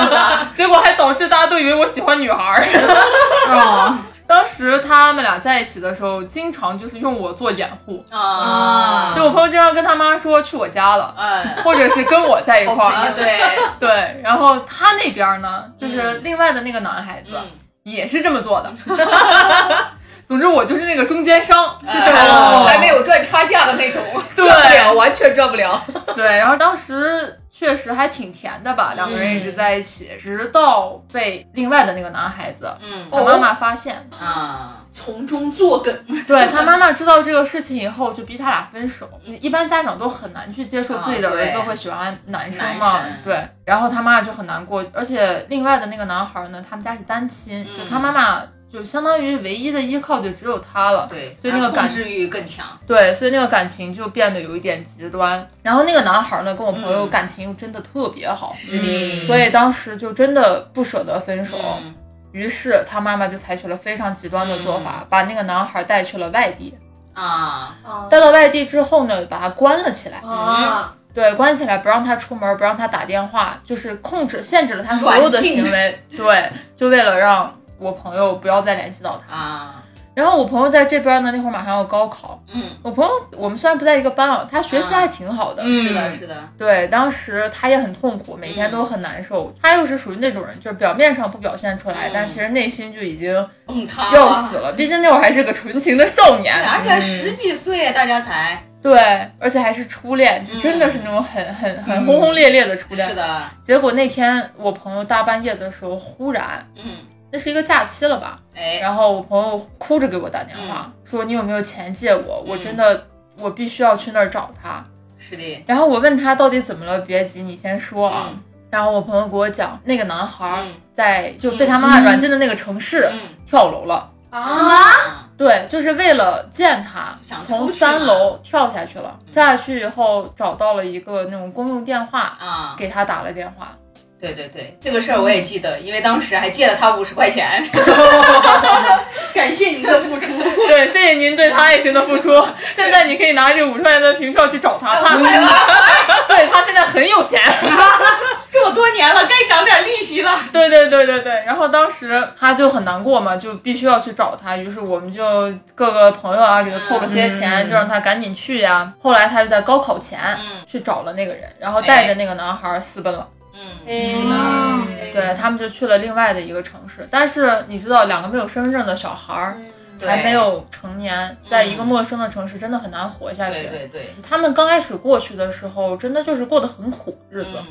结果还导致大家都以为我喜欢女孩儿。
哦
当时他们俩在一起的时候，经常就是用我做掩护，
啊，
嗯
就我朋友经常跟他妈说去我家了。
嗯
或者是跟我在一块
啊
儿，
对，
对，然后他那边呢，就是另外的那个男孩子、
嗯
也是这 么做的。总之，我就是那个中间商，
呃 还没有赚差价的那种，
赚不
嗯对
了，完全赚不了，
对。然后当时确实还挺甜的吧，两个人一
嗯
直在一起，直到被另外的那个男孩子，
嗯
他妈妈发现，
啊，
从中作梗，
对他妈妈知道这个事情以后，就逼他俩分手。一般家长都很难去接受自己的儿子
啊对
会喜欢男生嘛，
男生
对。然后他妈妈就很难过，而且另外的那个男孩呢，他们家是单亲，
嗯
就他妈妈就相当于唯一的依靠就只有他了，
对，
所以那个感
哎控制欲更强，
对，所以那个感情就变得有一点极端。然后那个男孩呢，跟我朋友
嗯
感情真的特别好，
嗯
所以当时就真的不舍得分手。
嗯
于是他妈妈就采取了非常极端的做法，把那个男孩带去了外地。
啊，
带到外地之后呢，把他关了起来，
啊，
对，关起来不让他出门，不让他打电话，就是控制限制了他所有的
软禁
行为，对，就为了让我朋友不要再联系到他。
啊，
然后我朋友在这边呢，那会儿马上要高考，
嗯，
我朋友我们虽然不在一个班啊，他学习还挺好的，
是的，是的，
对，当时他也很痛苦，每天
嗯
都很难受。他又是属于那种人，就是表面上不表现出来，
嗯
但其实内心就已经
嗯，他
要死了，毕竟那会儿还是个纯情的少年，嗯
对，而且还十几岁，大家才
对，而且还是初恋，就真的是那种很、很很轰轰烈烈的初恋。
嗯是的，
结果那天我朋友大半夜的时候，忽然，
嗯，
那是一个假期了吧？
哎，
然后我朋友哭着给我打电
嗯
话，说你有没有钱借我？我真的，我必须要去那儿找他。
是的，
然后我问他到底怎么了，别急，你先说啊。
嗯
然后我朋友给我讲，那个男孩
嗯
在就被他妈妈软禁的那个城市
嗯，
跳楼了。
啊，
对，就是为了见他
想，
从
出去啊嗯
三
嘛
楼跳下去了。跳下去以后，找到了一个那种公用电话，
啊，
给他打了电 话。
对对对，这个事儿我也记得，因为当时还借了他五十块钱。
感谢您的付出，
对，谢谢您对他爱情的付 出。现在你可以拿这五十块钱的凭票去找他，
啊
他 对他现在很有钱。
这么多年了，该涨点利息了。
对对对对对。然后当时他就很难过嘛，就必须要去找他。于是我们就各个朋友啊，给他凑了些钱，就让他赶紧去呀、后来他就在高考前、
嗯
去找了那个人，然后带着那个男孩儿私奔了。
嗯，
嗯，
对他们就去了另外的一个城市，但是你知道，两个没有身份证的小孩儿、
嗯对嗯
还没有成年，在一个陌生的城市，真的很难活下去。
对对对，
他们刚开始过去的时候，真的就是过得很苦日子，
嗯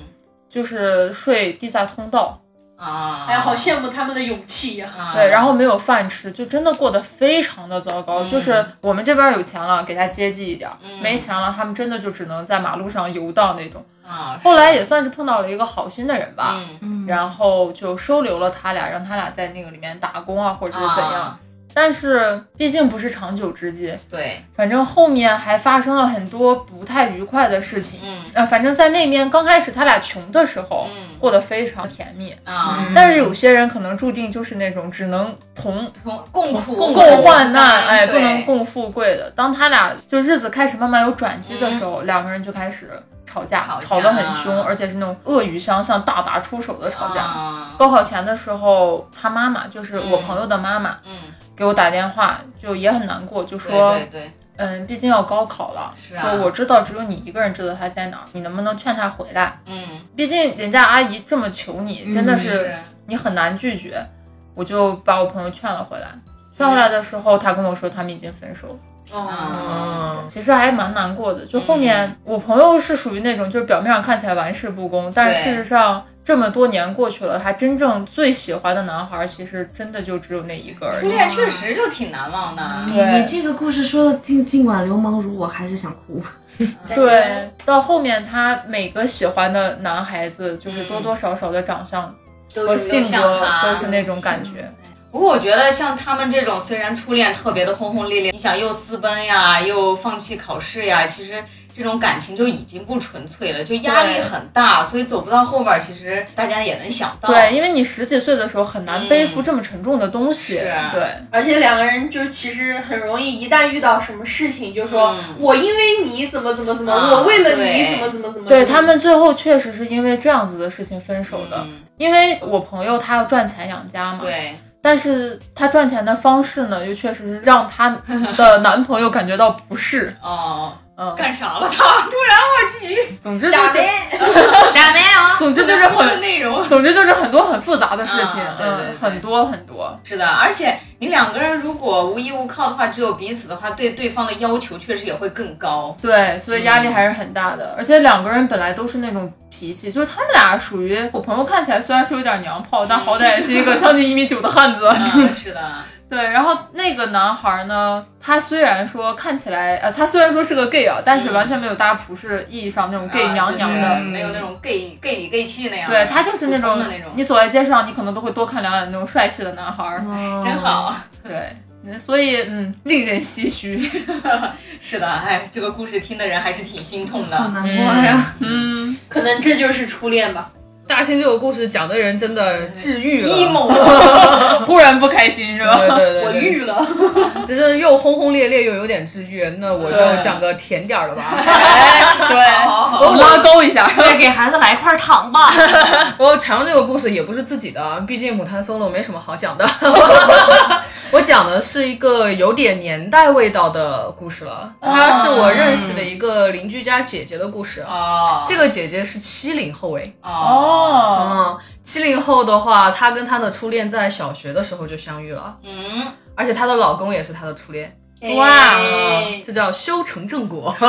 就是睡地下通道，
啊，
哎呀，好羡慕他们的勇气呀、
啊
对，然后没有饭吃，就真的过得非常的糟糕。
嗯
就是我们这边有钱了，给他接济一点儿；没钱了，他们真的就只能在马路上游荡那种。
啊，
后来也算是碰到了一个好心的人吧，
嗯
然后就收留了他俩，让他俩在那个里面打工啊，或者是怎样。
啊
但是毕竟不是长久之计，
对，
反正后面还发生了很多不太愉快的事情。
嗯
呃，反正在那边刚开始他俩穷的时候，
嗯
过得非常甜蜜。
啊，
但是有些人可能注定就是那种只能同
同共嗯苦
共患难，哎，不能共富贵的。当他俩就日子开始慢慢有转机的时候，两个人就开始吵架，
嗯吵架
得很凶，而且是那种恶语相向、大打出手的吵架。
啊，
高考前的时候，他妈妈就是我朋友的妈妈，
嗯，
给我打电话，就也很难过，就
对
说，
对对，
嗯，毕竟要高考了，
是啊
说我知道只有你一个人知道他在哪儿，你能不能劝他回来？
嗯，
毕竟人家阿姨这么求你，真的是
是
你很难拒绝。我就把我朋友劝了回来，
嗯
劝回来的时候，他跟我说他们已经分手了。
啊，
嗯，
其实还蛮难过的。就后
嗯
面我朋友是属于那种，就是表面上看起来玩世不恭，但是
对
事实上这么多年过去了，他真正最喜欢的男孩，其实真的就只有那一个而
初
已。
恋确实就挺难忘的。
嗯对
你你这个故事说的，尽尽管流氓如我，还是想哭。
对，到后面他每个喜欢的男孩子，就是多多少少的长相
都
和性格
像他嗯
都是那种感觉。
不过我觉得像他们这种，虽然初恋特别的轰轰烈烈，你想又私奔呀，又放弃考试呀，其实这种感情就已经不纯粹了，就压力很大，所以走不到后边儿，其实大家也能想到。
对，因为你十几岁的时候很难背负这么沉重的东西。
嗯是啊
对，
而且两个人就是其实很容易，一旦遇到什么事情，就说、
嗯
我因为你怎么怎么怎么，
啊
我为了你
对
怎么怎么怎么。
对他们最后确实是因为这样子的事情分手的。
嗯
因为我朋友他要赚钱养家嘛，
对，
但是他赚钱的方式呢，又确实是让她 的男朋友感觉到不适。
哦，
嗯，
干啥了他？ 突然
总之就是，
咋没有？
总之就是
问的
很，
内容。
总之就是很多很复杂的事情，
啊对对
嗯，
对
很多很多。
是的，而且你两个人如果无依无靠的话，只有彼此的话，对对方的要求确实也会更高。
对，所以压力还是很大的。而且两个人本来都是那种脾气，就是他们俩属于我朋友看起来虽然是有点娘炮，但好歹也是一个将近一米九的汉子。
嗯，是的，
对，然后那个男孩呢，他虽然说看起来，呃，他虽然说是个 gay 啊，但是完全没有大家普世意义上那种 gay
嗯啊
娘娘的，
就是没有那种 gay gay 里 gay 气那样。
对他就是那
普
种
通的那种嗯
你走在街上，你可能都会多看两眼那种帅气的男孩儿。
真好。
对，嗯所以嗯，令人唏嘘。
是的，哎，这个故事听的人还是挺心痛
好
的。
难过 呀！
嗯，
可能这就是初恋吧。
大清这个故事讲的人真的治愈了，
emo，
忽然不开心是吧？
对对对，
我
对，
遇了，
就是又轰轰烈烈又有点治愈。那我
对
就讲个甜点儿的吧。
对，我拉高一下。
再给孩子来块糖吧。
我讲这个故事也不是自己的，毕竟母胎 solo 没什么好讲 的。我讲的是一个有点年代味道的故事了，它是我认识的一个邻居家姐姐的故事。啊
哦，
这个姐姐是七零后诶，
哦，
嗯，七零后的话，她跟她的初恋在小学的时候就相遇了，
嗯，
而且她的老公也是她的初恋。哇，这叫修成正果。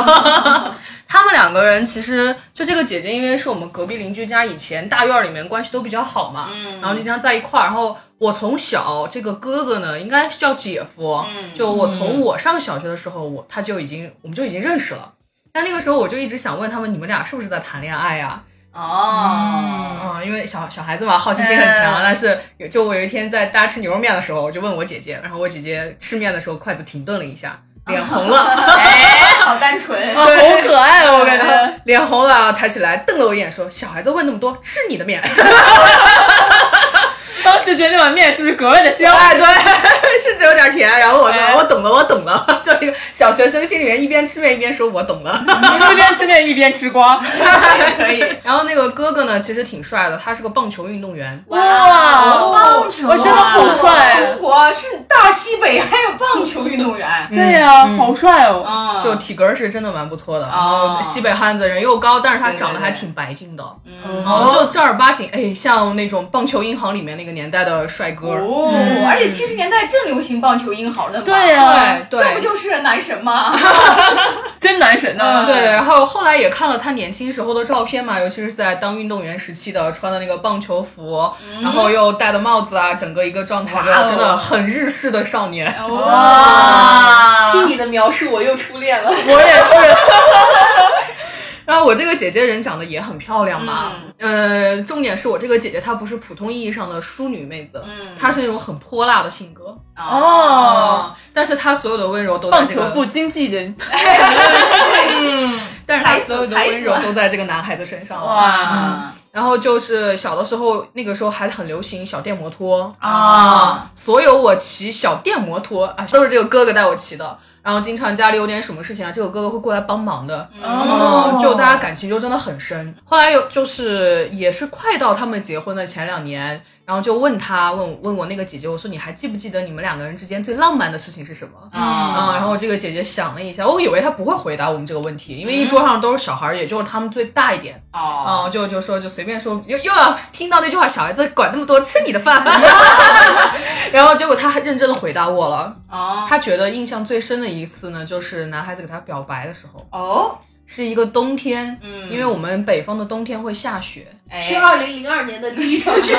他们两个人其实就这个姐姐，因为是我们隔壁邻居家，以前大院里面关系都比较好嘛，嗯，然后经常在一块儿。然后我从小这个哥哥呢，应该是叫姐夫，嗯，就我从我上小学的时候，我他就已经我们就已经认识了。但那个时候我就一直想问他们，你们俩是不是在谈恋爱呀、
哦，
嗯，因为小小孩子嘛，好奇心很强。但是有就我有一天在大家吃牛肉面的时候，我就问我姐姐，然后我姐姐吃面的时候筷子停顿了一下，脸红了，
哎，好单 纯，
哦好可爱，我感觉。
脸红了，然后抬起来瞪了我一眼，说：“小孩子问那么多，吃你的面。
当时觉得那碗面是不是格外的”香？
哎，对，甚至有点甜。然后我说：“我懂了，我懂了。”就一个小学生心里面一边吃面一边说：“我懂了。”
一边吃面一边吃瓜，
可以，
然后那个哥哥呢，其实挺帅的，他是个棒球运动员。
哇，
棒球
哦我真的好
啊
帅
中，国哦是大西北还有棒球运动员，
嗯
对呀，好帅哦，
啊，
就体格儿是真的蛮不错的，然
哦
后西北汉子人又高，但是他长得还挺白净的，哦，就正儿八经，哎，像那种棒球银行里面那个年代的帅哥，
哦，而且七十年代正流行棒球英豪的嘛，
嗯对啊呀，
对
这
对
不就是男神吗？
真男神呐，
对，然后后来也看了他年轻时候的照片嘛，尤其是在当运动员时期的，穿的那个棒球服，然后又戴的帽子啊，整个一个状态就
哇哦
真的很日式的少年。
哦
哦
哇，
听你的描述，我又初恋了。
我也 是，
然后我这个姐姐人长得也很漂亮嘛，呃，重点是我这个姐姐她不是普通意义上的淑女妹子，
嗯
嗯
她是那种很泼辣的性格，
哦，
啊，但是她所有的温柔都在
棒
这
球
个，
部经纪人，
但是她所有的温柔都在这个男孩子身上了。
哇，
然后就是小的时候，那个时候还很流行小电摩托
啊，
所有我骑小电摩托啊，都是这个哥哥带我骑的。然后经常家里有点什么事情啊，这个哥哥会过来帮忙的。嗯，就大家感情就真的很深。后来有就是也是快到他们结婚的前两年，然后就问他问问我那个姐姐，我说你还记不记得你们两个人之间最浪漫的事情是什么？啊、然后这个姐姐想了一下，我以为她不会回答我们这个问题，因为一桌上都是小孩儿，也就是他们最大一点。
哦，
啊、就就说就随便说，又又要听到那句话，小孩子管那么多，吃你的 饭。 然后结果他还认真的回答我了，
哦，
他觉得印象最深的一次呢，就是男孩子给他表白的时候，
哦，
是一个冬天，
嗯
因为我们北方的冬天会下雪，
是
哎，
二零零二年的第一场雪，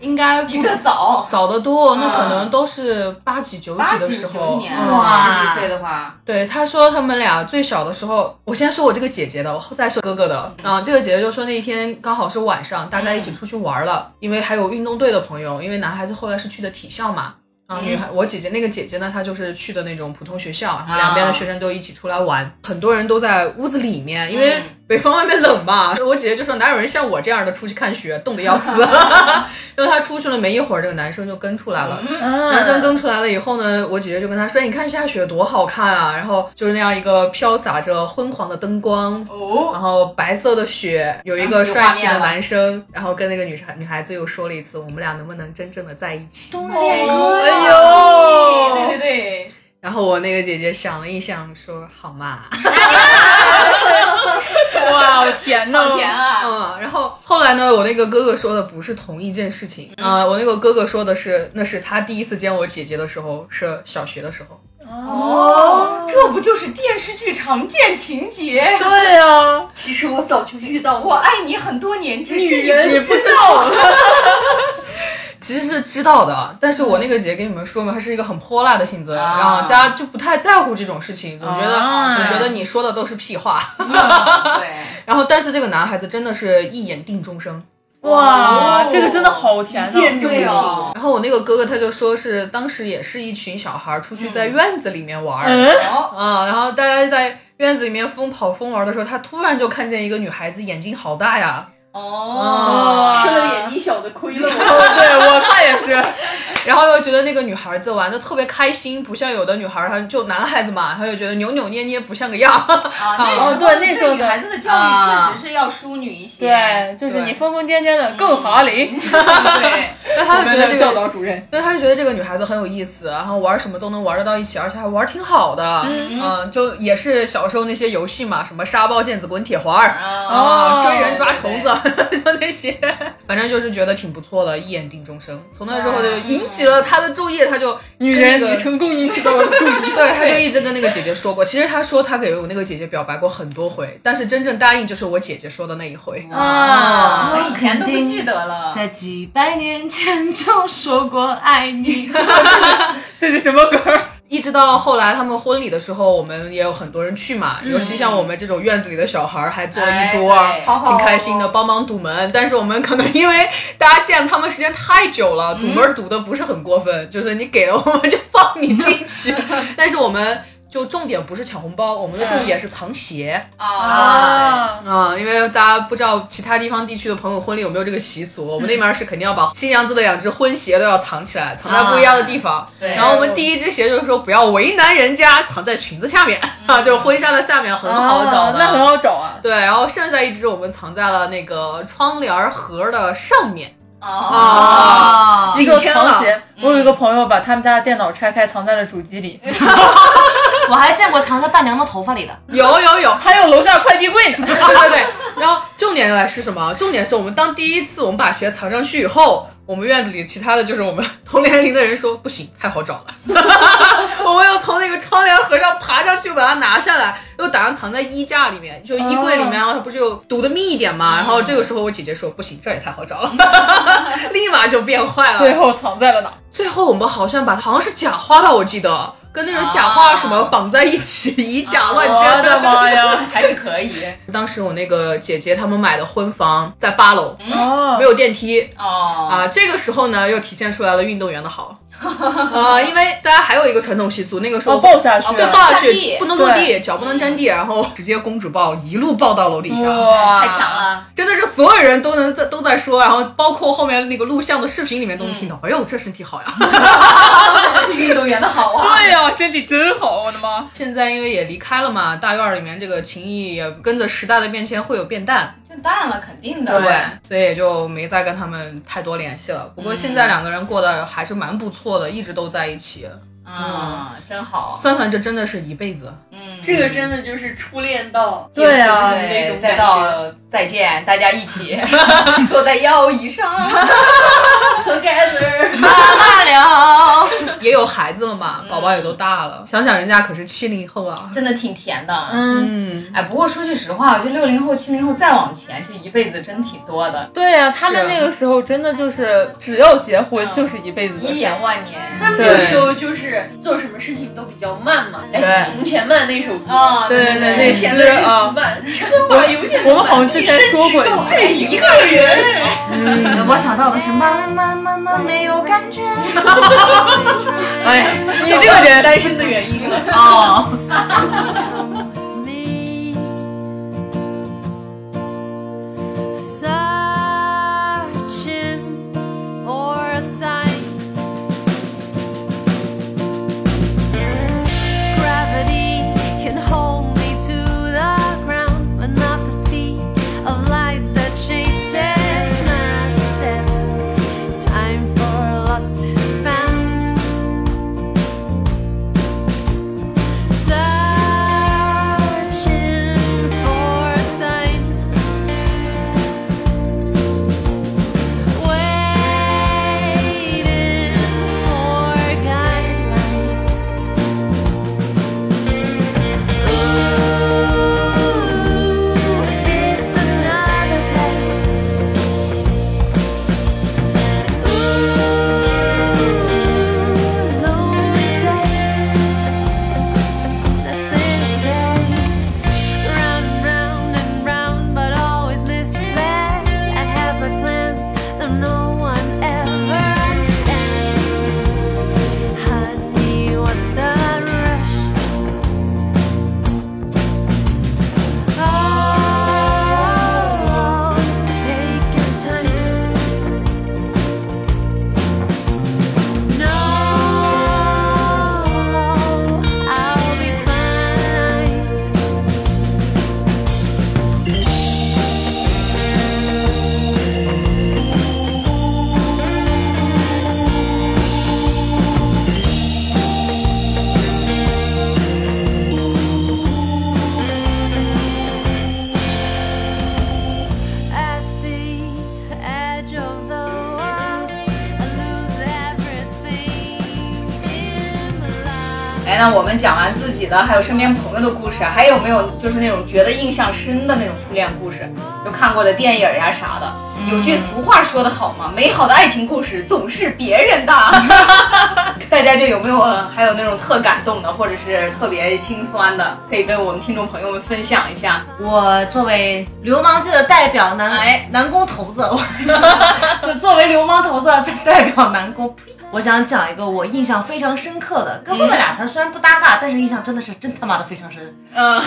应该哎不
你这早，
早得多，那可能都是八几九
八
几的
几
时
九
候。嗯
年，
哇
十几岁的话，
对，他说他们俩最小的时候，我先说我这个姐姐的，我后再说哥哥的。啊、这个姐姐就说那一天刚好是晚上，大家一起出去玩了，因为还有运动队的朋友，因为男孩子后来是去的体校嘛。啊，女孩，我姐姐那个姐姐呢，她就是去的那种普通学校，然后两边的学生都一起出来玩，很多人都在屋子里面，因
嗯
为北方外面冷嘛。 我姐姐就说哪有人像我这样的出去看雪，冻 得要死。然后她出去了没一会儿，这个男生就跟出来了，
嗯
男生跟出来了以后呢，我姐姐就跟他说：“你看下雪多好看啊！”然后就是那样一个飘洒着昏黄的灯光，
哦，
然后白色的雪，有一
啊
个
有
帅
画
气
面
的
了
男生，然后跟那个女孩女孩子又说了一次：“我们俩能不能真正的在一起
哎
哎呦，
呦，
对对对，？”
然后我那个姐姐想了一想，说：“好嘛。”
哇，好甜呐，
好甜啊，
嗯，然后后来呢，我那个哥哥说的不是同一件事情
嗯
啊、我那个哥哥说的是，那是他第一次见我姐姐的时候，是小学的时候。
哦，这不就是电视剧常见情节？
对啊呀，
其实我早就遇到
我
过。
爱你很多年，只是你
你
不
不
知
知
道。
道，
其实是知道的，但是我那个姐跟你们说嘛，她是一个很泼辣的性子，
啊
然后家就不太在乎这种事情，总觉得、
啊
总觉得你说的都是屁话。
对，
然后，但是这个男孩子真的是一眼定终生。
哇，这个真的好甜啊呐，
见钟
对
情，
哦，
然后我那个哥哥他就说是当时也是一群小孩儿出去在
嗯
院子里面玩儿，
嗯
哦，
啊，然后大家在院子里面疯跑疯玩的时候，他突然就看见一个女孩子眼睛好大呀，
哦，
吃了眼睛小的亏了我。
哦，对我看也是，
然后又觉得那个女孩子玩的特别开心，不像有的女孩儿，她就男孩子嘛，她就觉得扭扭捏捏不像个 样儿。
啊，那时
哦
候
对那时候
女
的
孩子的教育
啊
确实是要淑女一些，
对，嗯就是你疯疯癫癫的更哈雷，
对，
那她就觉得这
教
个，
导主任，
那她就觉得这个女孩子很有意思，然后玩什么都能玩得到一起，而且还玩挺好的。嗯就也是小时候那些游戏嘛，什么沙包、毽子、滚铁环儿。
啊，
啊
哦
追 人抓虫子，就那些，反正就是觉得挺不错的，一眼定终生。从那之后就引起了他的注意，他就
女
跟
人，
那个
你成功引起到我的注意。
对，他就一直跟那个姐姐说过。其实他说他给我那个姐姐表白过很多回，但是真正答应就是我姐姐说的那一回。
啊
我以前都不记得了。
在几百年前就说过 爱你。
这是什么歌？
一直到后来他们婚礼的时候，我们也有很多人去嘛，
嗯
尤其像我们这种院子里的小孩儿，还坐了一桌，
哎对
挺开心的，帮忙堵门。但是我们可能因为大家见他们时间太久了，
嗯
堵门堵的不是很过分， 就是你给了我们就放你进 去。但是我们就重点不是抢红包，我们的重点是藏鞋
嗯
啊，
啊、因为大家不知道其他地方地区的朋友婚礼有没有这个习
嗯
俗，我们那边是肯定要把新娘子的两只婚鞋都要藏起来，藏在不一样的地
嗯
方。
对
然后我们第一只鞋就是说不要为难人家，藏在裙子下面，啊， 就是婚纱的下面，很好找
嗯啊
的。
那很好找啊。
对，然后剩下一只我们藏在了那个窗帘盒的上面
啊，
哦
一
一
周
种
天
藏
了。
鞋，我有一个朋友把他们家的电脑拆开，藏在了主机里，
我还见过藏在伴娘的头发里的。
有有有，
还有楼下快递柜呢。
对对对。然后重点来是什么？重点是我们当第一次我们把鞋藏上去以后，我们院子里其他的就是我们 同年龄的人说不行，太好找了。 我们又从那个窗帘盒上爬上去把它拿下来，又打算藏在衣架里面，就衣
哦
柜里面，然后它不是又堵得密一点嘛。然后这个时候我姐姐说不行，这也太好找了， 立马就变坏了。
最后藏在了哪？
最后我们好像把好像是假花吧，我记得跟那种假花什么绑在一起，以假乱真。
我的妈呀！
还是可以
当时我那个姐姐她们买的婚房在八楼，
哦
没，有电梯
哦。
嗯啊。这个时候呢，又体现出来了运动员的好 啊，因为大家还有一个传统习俗，那个时候
哦，
啊
抱下去。
对嗯抱下
占
去
地
不能落地，脚不能沾地，然后直接公主抱一路抱到楼底下。
哇，
太强！了！
真的是所有人都能在都在说，然后包括后面那个录像的视频里面都能听到。哎呦，这身体好呀！
这就是运动员的好啊！
对呀，身体真好，我的妈！
现在因为也离开了嘛，大院儿里面这个情谊也跟着时代的变迁会有变淡。
这淡了，肯定的。
对，所以也就没再跟他们太多联系了。不过现在两个人过得还是蛮不错的，一直都在一起。
啊，真好。
算算，这真的是一辈子。
嗯，
这个真的就是初恋到
对啊
就是那
对，
种
再
感觉
到再见，大家一起 坐在腰椅上。
together，
妈妈了，
也有孩子了嘛，宝宝也都大了。想想人家可是七零后啊。
真的挺甜的。
嗯，
嗯，
哎，不过说句实话，就六零后、七零后再往前，这一辈子真挺多的，
对呀，他们那个时候真的就是只要结
啊
婚就是一辈子的
一
事。
眼万年。
他们那个时候就是做什么事情都比较慢嘛。哎，
对
从前慢那首歌，
啊，
对对对
从前的日
那诗啊
子慢，车马邮件
我们好像之前说过一次，
哎，一个人。
我想到的是慢慢慢慢没有感觉。
哎，你这个人
单身的原因了。
哦，
me. Searching for a sign. Gravity can hold me to the ground, but not the speed of light that chases my steps. Time for lost and found. Searching for a sign, waiting for a guideline. Ooh, it's another day. Ooh, lonely day. Ooh,
呢，哎我们讲完自己的，还有身边朋友的故事，啊还有没有就是那种觉得印象深的那种初恋故事，就看过的电影呀啥的？有句俗话说得好嘛，美好的爱情故事总是别人的。 大家就有没有还有那种特感动的，或者是特别心酸的，可以跟我们听众朋友们分享一下。
我作为流氓界的代表南
哎
南宫头子，我 就作为流氓头子代表南宫，呸我想讲一个我印象非常深刻的，跟后面俩词儿虽然不搭嘎，但是印象真的是真他妈的非常深。
嗯，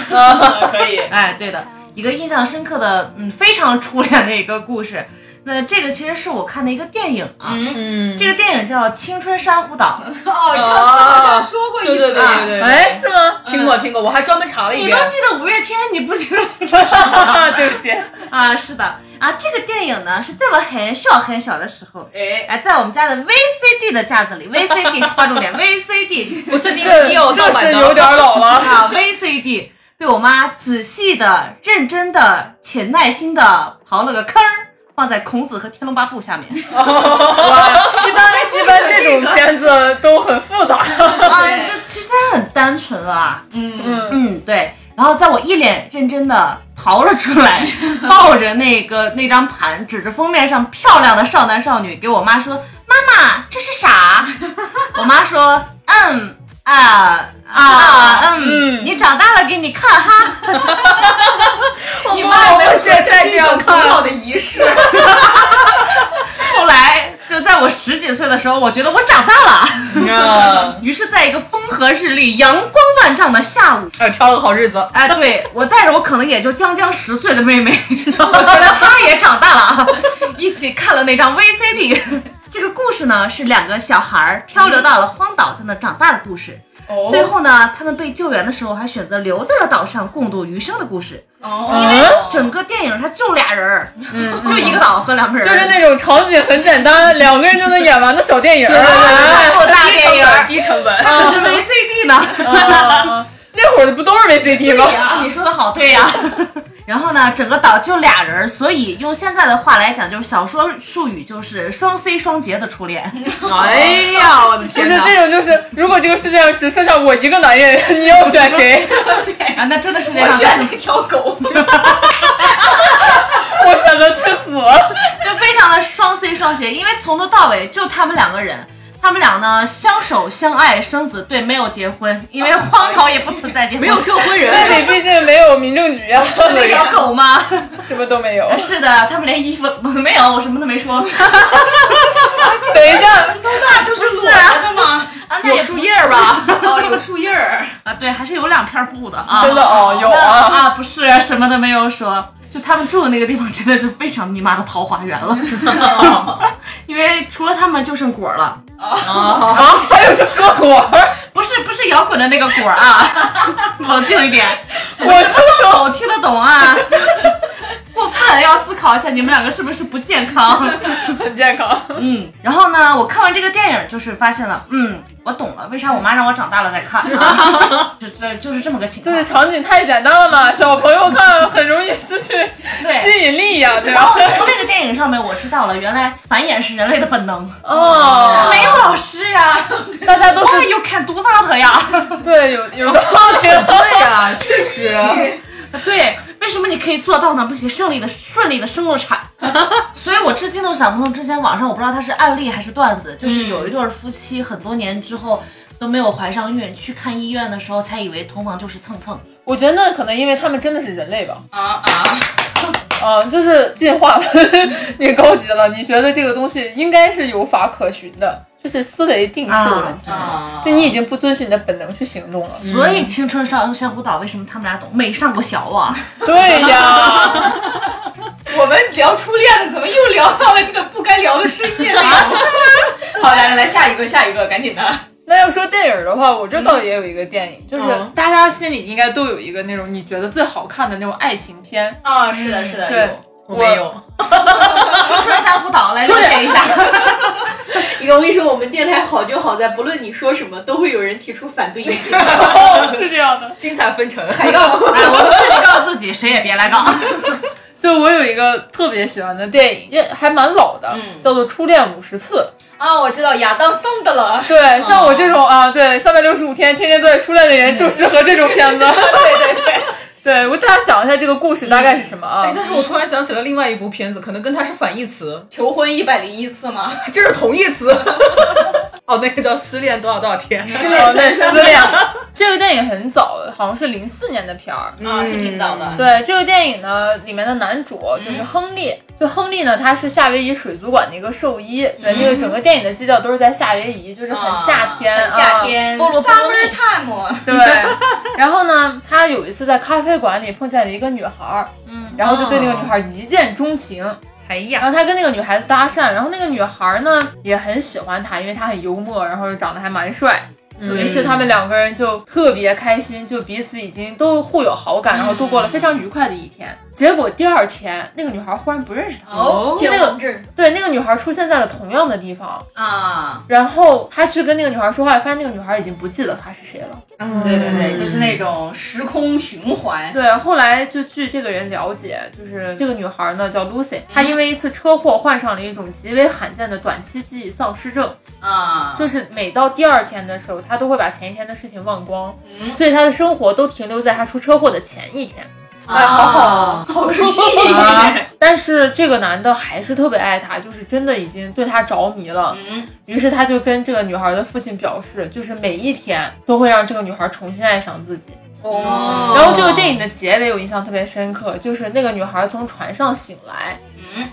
可以。
哎，对的，一个印象深刻的，嗯，非常初恋的一个故事。那这个其实是我看的一个电影啊，
嗯，
这个电影叫《青春珊瑚岛》，
哦，上次好像说过一次
对对对
啊
对对，
哎，是吗？
听过听过，我还专门查了一
你
遍
都。记得五月天，你不记得青春珊瑚岛？
对 不起，
啊，是的啊，这个电影呢是在我很小很小的时候，
哎
哎，在我们家的 VCD 的架子里，VCD 划重点，VCD
不是 D
这
D 偶盗
这
版
是
的，
有点老了。
啊，VCD 被我妈仔细的、认真的且耐心的刨了个坑儿，放在《孔子和天龙八部》下面。
一般一般这种片子都很复 杂。
啊，就其实它很单纯了。
嗯，
嗯，对。然后在我一脸认真的刨了出 来，抱着那个那张盘，指着封面上漂亮的少男少女，给我妈说：“妈妈，这是 啥？”我妈说：“嗯啊啊嗯，你长大了给你看哈。
你妈有没有现在这样看？的仪式，”
后来就在我十几岁的时候，我觉得我长大了，
啊，
于是在一个风和日丽、阳光万丈的下午，
哎挑了个好日子。
哎， 对我带着我可能也就将将十岁的妹妹，我觉得她也长大了啊，一起看了那张 VCD。这个故事呢，是两个小孩儿漂流到了荒岛，在那长大的故事。
哦
最后呢，他们被救援的时候，还选择留在了岛上共度余生的故事。
哦
因为
哦
啊
整个电影它就俩人儿，
嗯
就一个岛和两个人
就
儿，
是那种场景很简单，两个人就能演完的小电 影。
啊
哎
然后大
低成
电影
本，
儿，
低成本。
可是 VCD 呢。
啊那会儿的不都是 VCD 吗
对？呀、你说的好对呀、然后呢，整个岛就俩人，所以用现在的话来讲，就是小说术语就是双 C 双杰的初恋。
哎呀，我的
不
天
是
哪！
这种，就是如果这个世界上只剩下我一个男人， 你要选谁？
啊，那真的是这
我
样，
选那条狗。
我选择去死。
就非常的双 C 双杰，因为从头到尾就他们两个人。他们俩呢，相守相爱，生子，对，没有结婚，因为荒岛也不存在结婚。
没有证婚
那
人，
里毕竟没有民政局啊，
那条狗吗？
什么都没有。
是的，他们连衣服没有，我什么都没说。
等一下，
都是裸着的吗？
啊，那
有
也
树叶儿吧？
哦，有树叶儿。
啊，对，还是有两片布的啊。
真的哦，有
啊
啊。
不是，什么都没有说。就他们住的那个地方真的是非常尼玛的桃花源了，因为除了他们就剩果儿了，
啊，
啊，还有是合伙，
不是不是摇滚的那个果儿啊，冷静一点，
我就说
我听得懂啊，过分要思考一下你们两个是不是不健康，
很健康。
嗯，然后呢，我看完这个电影就是发现了，嗯，我懂了，为啥我妈让我长大了再看，啊、 就这就是这么个情
就
况
是，场景太简单了嘛，小朋友看很容易失去
对
吸引力呀、 对
然
吧
后？从那个电影上面我知道了，原来繁衍是人类的本能。
哦，
没有老师呀， 大家都是又看多大的呀？
对，有有道理。
对呀，确实。
对，为什么你可以做到呢？并且胜利的顺利的生了产， 所以我至今都想不通，之前网上我不知道它是案例还是段子，就是有一对夫妻很多年之后都没有怀上孕，去看医院的时候才以为同房就是蹭蹭。
我觉得那可能因为他们真的是人类吧，
啊啊！
啊，就是进化了， 你高级了，你觉得这个东西应该是有法可循的，就是思维定式的问题，
啊
就你已经不遵循你的本能去行动了。
所以青春上珊瑚岛为什么他们俩懂？没上过学 啊，
对呀，
我们聊初恋的，怎么又聊到了这个不该聊的世界 呢？ 好，来来来，下一个，下一个，赶紧的。
那要说电影的话，我这倒也有一个电影，就是大家心里应该都有一个那种你觉得最好看的那种爱情片，
啊，是的，是的，
哎
对。
我没有，
青春珊瑚 岛来了哎
啊
解一下。
你看，我跟你说，我们电台好就好在，不论你说什么，都会有人提出反对意见。
哦，是这样的。
精彩纷呈，
还要
哎，我们自己告自己，谁也别来告。
对我有一个特别喜欢的电影，也还蛮老的，
嗯
叫做《初恋五十次》。
啊，我知道亚当桑德勒，
对，像我这种啊，对，三百六十五天天天都在初恋的人，就适合这种片子。对对对， 对我给大家讲一下这个故事大概是什么啊
哎，？但是我突然想起了另外一部片子，可能跟它是反义词，
求婚一百零一次吗？
这是同义词。 哦，那个叫失恋多少多少天，
失恋对失恋， 这个电影很早，好像是零四年的片
嗯
儿。
啊，是挺早的。
对这个电影呢，里面的男主就是亨利。就亨利呢，他是夏威夷水族馆的一个兽医。对，那个整个电影的基调都是在夏威夷，
嗯
就是啊很夏天，
很啊
啊
夏
啊
天
菠萝菠萝蜜
summer time，
对， 然后呢，他有一次在咖啡馆里碰见了一个女孩儿，嗯，然后就对那个女孩儿一见钟情。
哎
然
呀，
后他跟那个女孩子搭讪，然后那个女孩儿呢也很喜欢他，因为他很幽默，然后又长得还蛮帅。嗯于是他们两个人就特别开心，就彼此已经都互有好感，然后度过了非常愉快的一天。结果第二天，那个女孩儿忽然不认识他了。
哦，
就那个
志
对，那个女孩儿出现在了同样的地方，
啊，
然后他去跟那个女孩儿说话，发现那个女孩儿已经不记得他是谁了。
对对
嗯
对，就是那种时空循环。
对，后来就据这个人了解，就是这个女孩呢叫 Lucy，她因为一次车祸患上了一种极为罕见的短期记忆丧失症，
啊，
就是每到第二天的时候，她都会把前一天的事情忘光，
嗯
所以她的生活都停留在她出车祸的前一天。
哎，好好，好 个屁！
但是这个男的还是特别爱她，就是真的已经对她着迷了。
嗯，
于是他就跟这个女孩的父亲表示，就是每一天都会让这个女孩重新爱上自己。
哦
然后这个电影的结尾我印象特别深刻，就是那个女孩从船上醒来，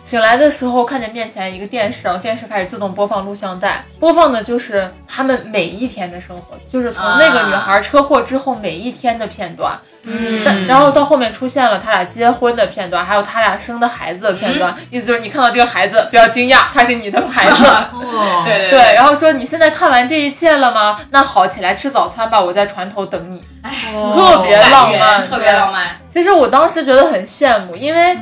醒来的时候看见面前一个电视，然后电视开始自动播放录像带，播放的就是他们每一天的生活，就是从那个女孩车祸之后每一天的片段，嗯，但然后到后面出现了他俩结婚的片段，还有他俩生的孩子的片段，意思就是你看到这个孩子不要惊讶，他是你的孩子，
对，
对，然后说你现在看完这一切了吗？那好，起来吃早餐吧，我在船头等你。哦特别浪漫，
哎特别浪。漫。
其实我当时觉得很羡慕，因为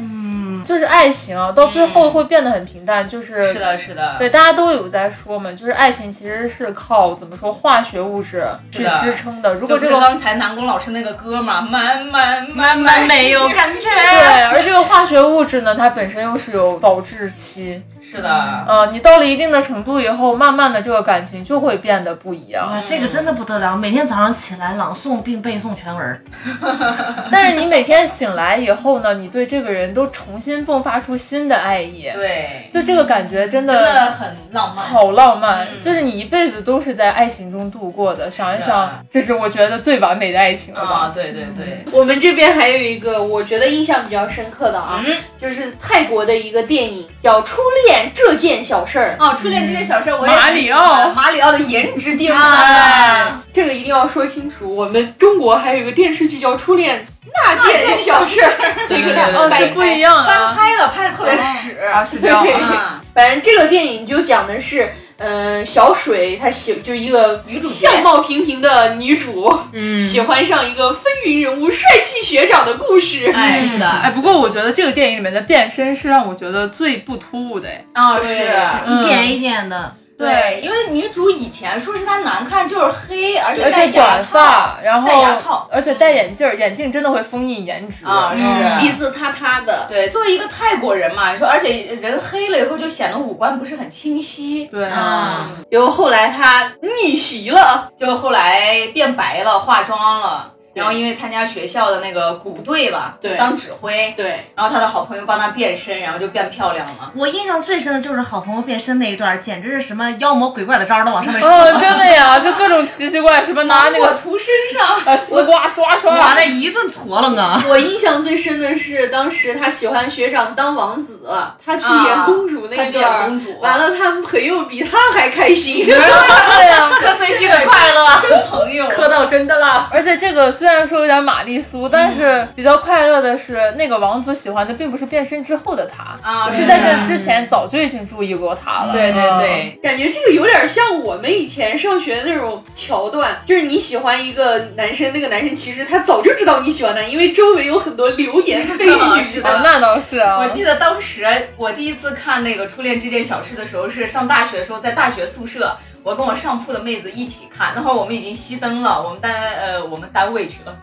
就是爱情啊，到最后会变得很平淡，就是
嗯是的，是的，
对，大家都有在说嘛，就是爱情其实是靠怎么说化学物质去
是的
支撑的。如果
就
这
是
个
刚才南宫老师那个歌嘛，慢慢慢慢
慢 没有感觉。
对，而这个化学物质呢，它本身又是有保质期，
是的，
呃，你到了一定的程度以后，慢慢的这个感情就会变得不一样。
啊，这个真的不得了！每天早上起来朗诵并背诵全文，
但是你每天醒来以后呢，你对这个人都重新迸发出新的爱意，
对，
就这个感觉
真
真
的
的
很浪漫。
好浪漫，
嗯
就是你一辈子都是在爱情中度过的。想一
是啊
想，这是我觉得最完美的爱情了
啊，
吧？
对对对，
我们这边还有一个我觉得印象比较深刻的啊，就是泰国的一个电影叫《初恋这件小事儿》。
哦，初恋这件小事儿我也
马
很
里
喜欢
奥
马里奥的颜值巅峰
哎，
啊
这个一定要说清楚。我们中国还有一个电视剧叫《初恋那件小事》，
对对
给
对
它
对
哦，
对
掰
是
开
不一样
翻
啊！
拍了，拍的特别屎
啊，是这样
对
啊。
啊，
反正这个电影就讲的是，呃，小水她喜就是一个
女主角
相貌平平的女主，
嗯
喜欢上一个风云人物帅气学长的故事。
哎，是的，
哎，不过我觉得这个电影里面的变身是让我觉得最不突兀的。哎
啊
对
是。
一点一点的，
对，因为女主以前说是她难看，就是黑，而且
而
戴
且
牙
短
套
发，然
戴牙
后
套
而且戴眼镜儿，眼镜真的会封印颜值
啊是
嗯
鼻子塌塌的，
对，作为一个泰国人嘛，你说，而且人黑了以后就显得五官不是很清晰，
对啊
嗯，
然后后来她逆袭了，
就后来变白了，化妆了，然后因为参加学校的那个鼓队吧，
对
当指挥，
对，
然后他的好朋友帮他变身，然后就变漂亮了。
我印象最深的就是好朋友变身那一段，简直是什么妖魔鬼怪的招儿都往上面 使，
哦，真的呀，就各种奇奇怪，什么拿 那
我
个
涂身上，
呃丝瓜刷
把
刷
那，一顿搓楞啊！
我印象最深的是当时她喜欢学长当王子，她去演公主那
她啊
一
去
段
演
儿，
公主
完了他们朋友比她还 开心。
对呀，
CP 的快乐，真朋友，
磕到真的啦，
而且这个虽然说有点玛丽苏，但
嗯
是比较快乐的是，那个王子喜欢的并不是变身之后的他，
啊，
是在这之前早就已经注意过他了。
对对对，
感觉这个有点像我们以前上学那种桥段，就是你喜欢一个男生，那个男生其实他早就知道你喜欢他，因为周围有很多流言蜚
是
语。
的
啊，那倒是啊。
我记得当时我第一次看那个《初恋这件小事》的时候，是上大学的时候，在大学宿舍，我跟我上铺的妹子一起看，那会儿我们已经熄灯了，我们单呃我们单位去 了，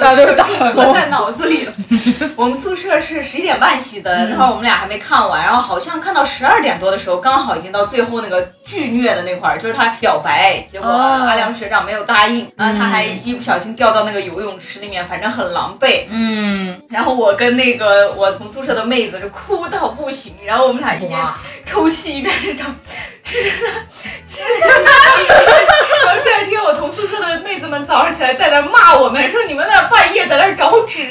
大家 都打刻在脑子 里了。我们宿舍是十一点半熄灯，那会儿我们俩还没看完，然后好像看到十二点多的时候，刚好已经到最后那个巨虐的那块儿，就是他表白，结果
哦
阿良学长没有答应，然后他还一不小心掉到那个游泳池里面，反正很狼狈。
嗯，
然后我跟那个我同宿舍的妹子就哭到不行，然后我们俩一边抽泣一边嚷：“是的，是的，然后第二天我同宿舍的妹子们早上起来在那儿骂我们，说你们在那儿半夜在那儿找纸，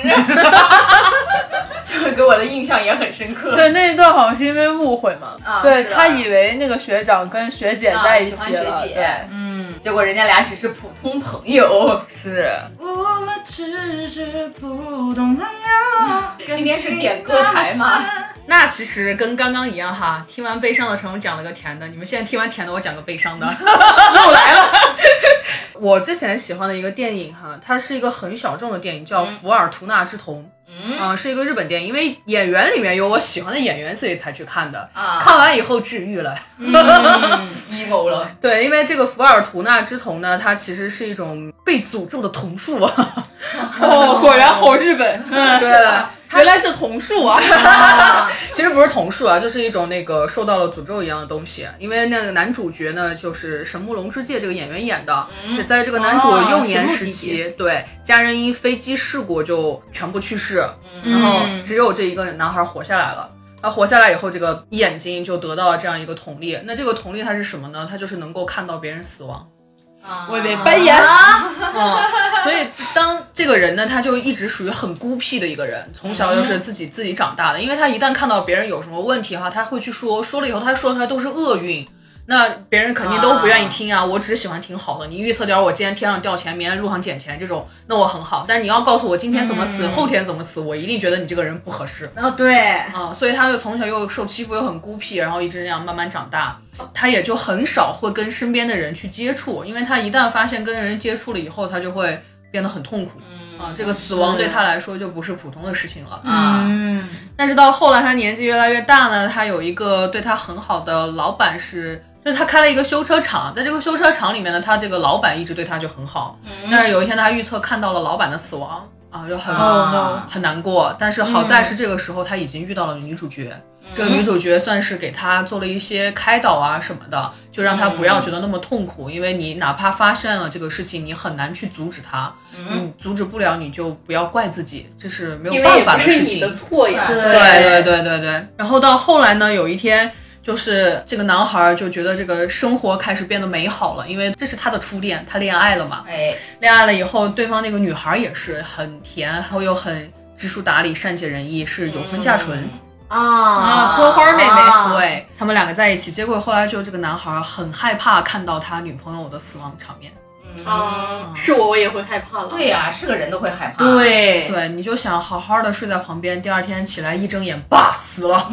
这个给我的印象也很深刻。
对，那一段好像是因为误会嘛，
啊
对
是的
他以为那个学长跟学姐
啊
在一
喜欢
起
学
了，
姐嗯
对，
结果人家俩只是普通朋友。
是。
我们只是普通朋友。
今天是点歌台吗？
那其实跟刚刚一样哈，听完悲伤的陈，我讲了个甜的，你们现在听完甜的，我讲个悲伤的， 又来 了。我之前喜欢的一个电影哈，它是一个很小众的电影，叫《伏尔图纳之瞳》。嗯、是一个日本电影，因为演员里面有我喜欢的演员，所以才去看的。
啊
看完以后治愈了。
，emo 了，
对，因为这个伏尔图纳之瞳呢，它其实是一种被诅咒的啊瞳术。
哦，果然好日本，
对了，
原来是桐树啊！
其实不是瞳术啊，就是一种那个受到了诅咒一样的东西。因为那个男主角呢，就是神木隆之介这个演员演的，
嗯
也在这个男主幼年
哦
时期，对家人因飞机事故就全部去世，
嗯
然后只有这一个男孩活下来了。他活下来以后，这个眼睛就得到了这样一个瞳力。那这个瞳力它是什么呢？它就是能够看到别人死亡。
我得扮演，
嗯所以当这个人呢，他就一直属于很孤僻的一个人，从小就是自己、自己长大的。因为他一旦看到别人有什么问题哈，他会去说，说了以后他说出来都是厄运。那别人肯定都不愿意听啊！我只喜欢听好的。你预测点我今天天上掉钱，明天路上捡钱这种，那我很好。但是你要告诉我今天怎么死，后天怎么死，我一定觉得你这个人不合适。
哦，对，
啊，所以他就从小又受欺负，又很孤僻，然后一直那样慢慢长大，他也就很少会跟身边的人去接触，因为他一旦发现跟人接触了以后，他就会变得很痛苦。啊，这个死亡对他来说就不是普通的事情了。
啊
嗯，
但是到后来，他年纪越来越大呢，他有一个对他很好的老板是，就是他开了一个修车厂，在这个修车厂里面呢，他这个老板一直对他就很好。
嗯
但是有一天，他预测看到了老板的死亡啊，就很、
哦
Oh
很难过。但是好
嗯
在是这个时候他已经遇到了女主角，这个女主角算是给他做了一些开导啊什么的，就让他
嗯
不要觉得那么痛苦，因为你哪怕发现了这个事情，你很难去阻止他，嗯，阻止不了你就不要怪自己，这是没有
因为
办
也
法
不
的
是
事
你
情
的。错呀。
对对对对对。然后到后来呢，有一天。就是这个男孩儿就觉得这个生活开始变得美好了，因为这是他的初恋，他恋爱了嘛。
哎，
恋爱了以后，对方那个女孩儿也是很甜，然后又很知书达理、善解人意，是有村架纯。
啊
啊托花妹妹
啊
对他们两个在一起，结果后来就这个男孩儿很害怕看到他女朋友的死亡场面。嗯
啊，是我我也会害怕了。
嗯对呀、是个人都会害怕。
对，
对，你就想好好的睡在旁边，第二天起来一睁眼，爸死了，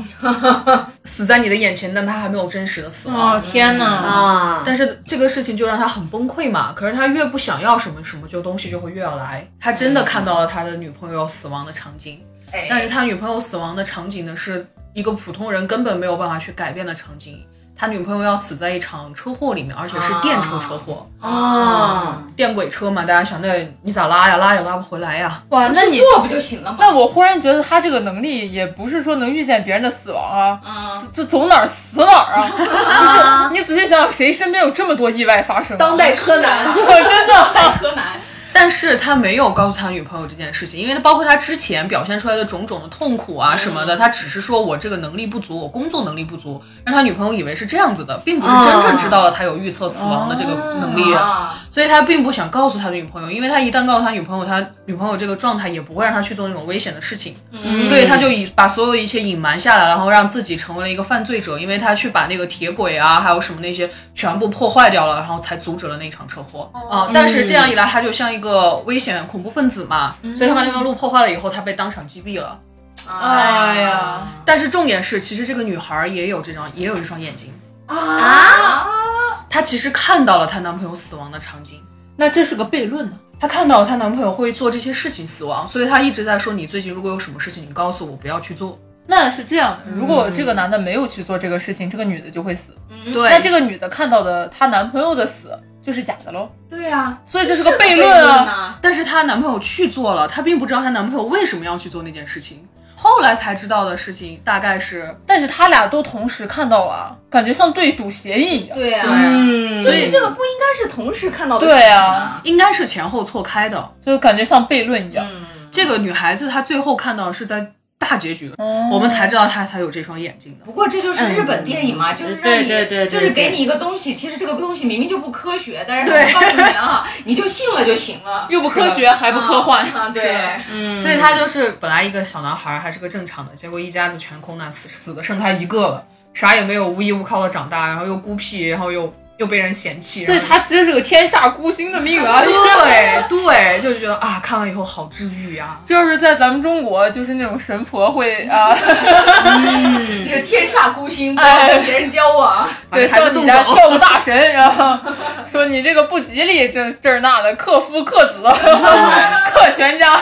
死在你的眼前，但他还没有真实的死亡。
哦天哪！
啊，
但是这个事情就让他很崩溃嘛。可是他越不想要什么什么，就东西就会越要来。他真的看到了他的女朋友死亡的场景，
哎
但是他女朋友死亡的场景呢，是一个普通人根本没有办法去改变的场景。他女朋友要死在一场车祸里面，而且是电车车祸，
啊
哦，
电轨车嘛，大家想那你咋拉呀？拉也拉不回来呀。
哇，那你
做不就行了吗？
那我忽然觉得他这个能力也不是说能预见别人的死亡啊，这这走哪儿死哪 儿啊！就是你仔细想想，谁身边有这么多意外发生啊？
当代柯南，
真的，
柯南，
但是他没有告诉他女朋友这件事情，因为包括他之前表现出来的种种的痛苦啊什么的，他只是说我这个能力不足，我工作能力不足，让他女朋友以为是这样子的，并不是真正知道了他有预测死亡的这个能力，啊所以他并不想告诉他的女朋友，因为他一旦告诉他女朋友，他女朋友这个状态也不会让他去做那种危险的事情，所以他就以把所有一切隐瞒下来，然后让自己成为了一个犯罪者，因为他去把那个铁轨啊，还有什么那些全部破坏掉了，然后才阻止了那场车祸啊、但是这样一来，他就像一个危险恐怖分子嘛，所以他把那条路破坏了以后，他被当场击毙了。
哎呀，
但是重点是，其实这个女孩儿也有这张，也有一双眼睛啊，她其实看到了她男朋友死亡的场景。
那这是个悖论呢。
她看到她男朋友会做这些事情死亡，所以她一直在说：“你最近如果有什么事情，你告诉我，不要去做。”
那是这样的，如果这个
嗯
男的没有去做这个事情，这个女的就会死。
对
那这个女的看到的她男朋友的死就是假的喽，
对呀、
所以这是个悖论啊。
啊。
但是她男朋友去做了，她并不知道她男朋友为什么要去做那件事情。后来才知道的事情大概是，
但是他俩都同时看到了，感觉像对赌协议一样。
对呀、啊
嗯，
所以
这个不应该是同时看到的
对
事情
啊，
应该是前后错开的。
就感觉像悖论一样。
嗯
这个女孩子她最后看到是在大结局，我们才知道她才有这双眼睛的。
不过这就是日本电影嘛，就是让你，
对对对对
就是给
对
你一个东西，其实这个东西明明就不科学，但是我告诉你啊，你就信了就行了。
又不科学还不科幻，
啊，对，
所以他就是本来一个小男孩还是个正常的，结果一家子全空难，死死的剩他一个了，啥也没有，无依无靠的长大，然后又孤僻，然后又又被人嫌弃，
所以
然后
他其实是个天下孤星的命啊。
对对，就是觉得啊，看完以后好治愈啊呀、
这要是在咱们中国，就是那种神婆 会啊，
你是天煞孤星，不要 跟别人交往。
把
对，
这孩
说你
子送
家
走。
跳舞大神，然后 说你这个不吉利，这这儿那的，克夫克 子，克全家。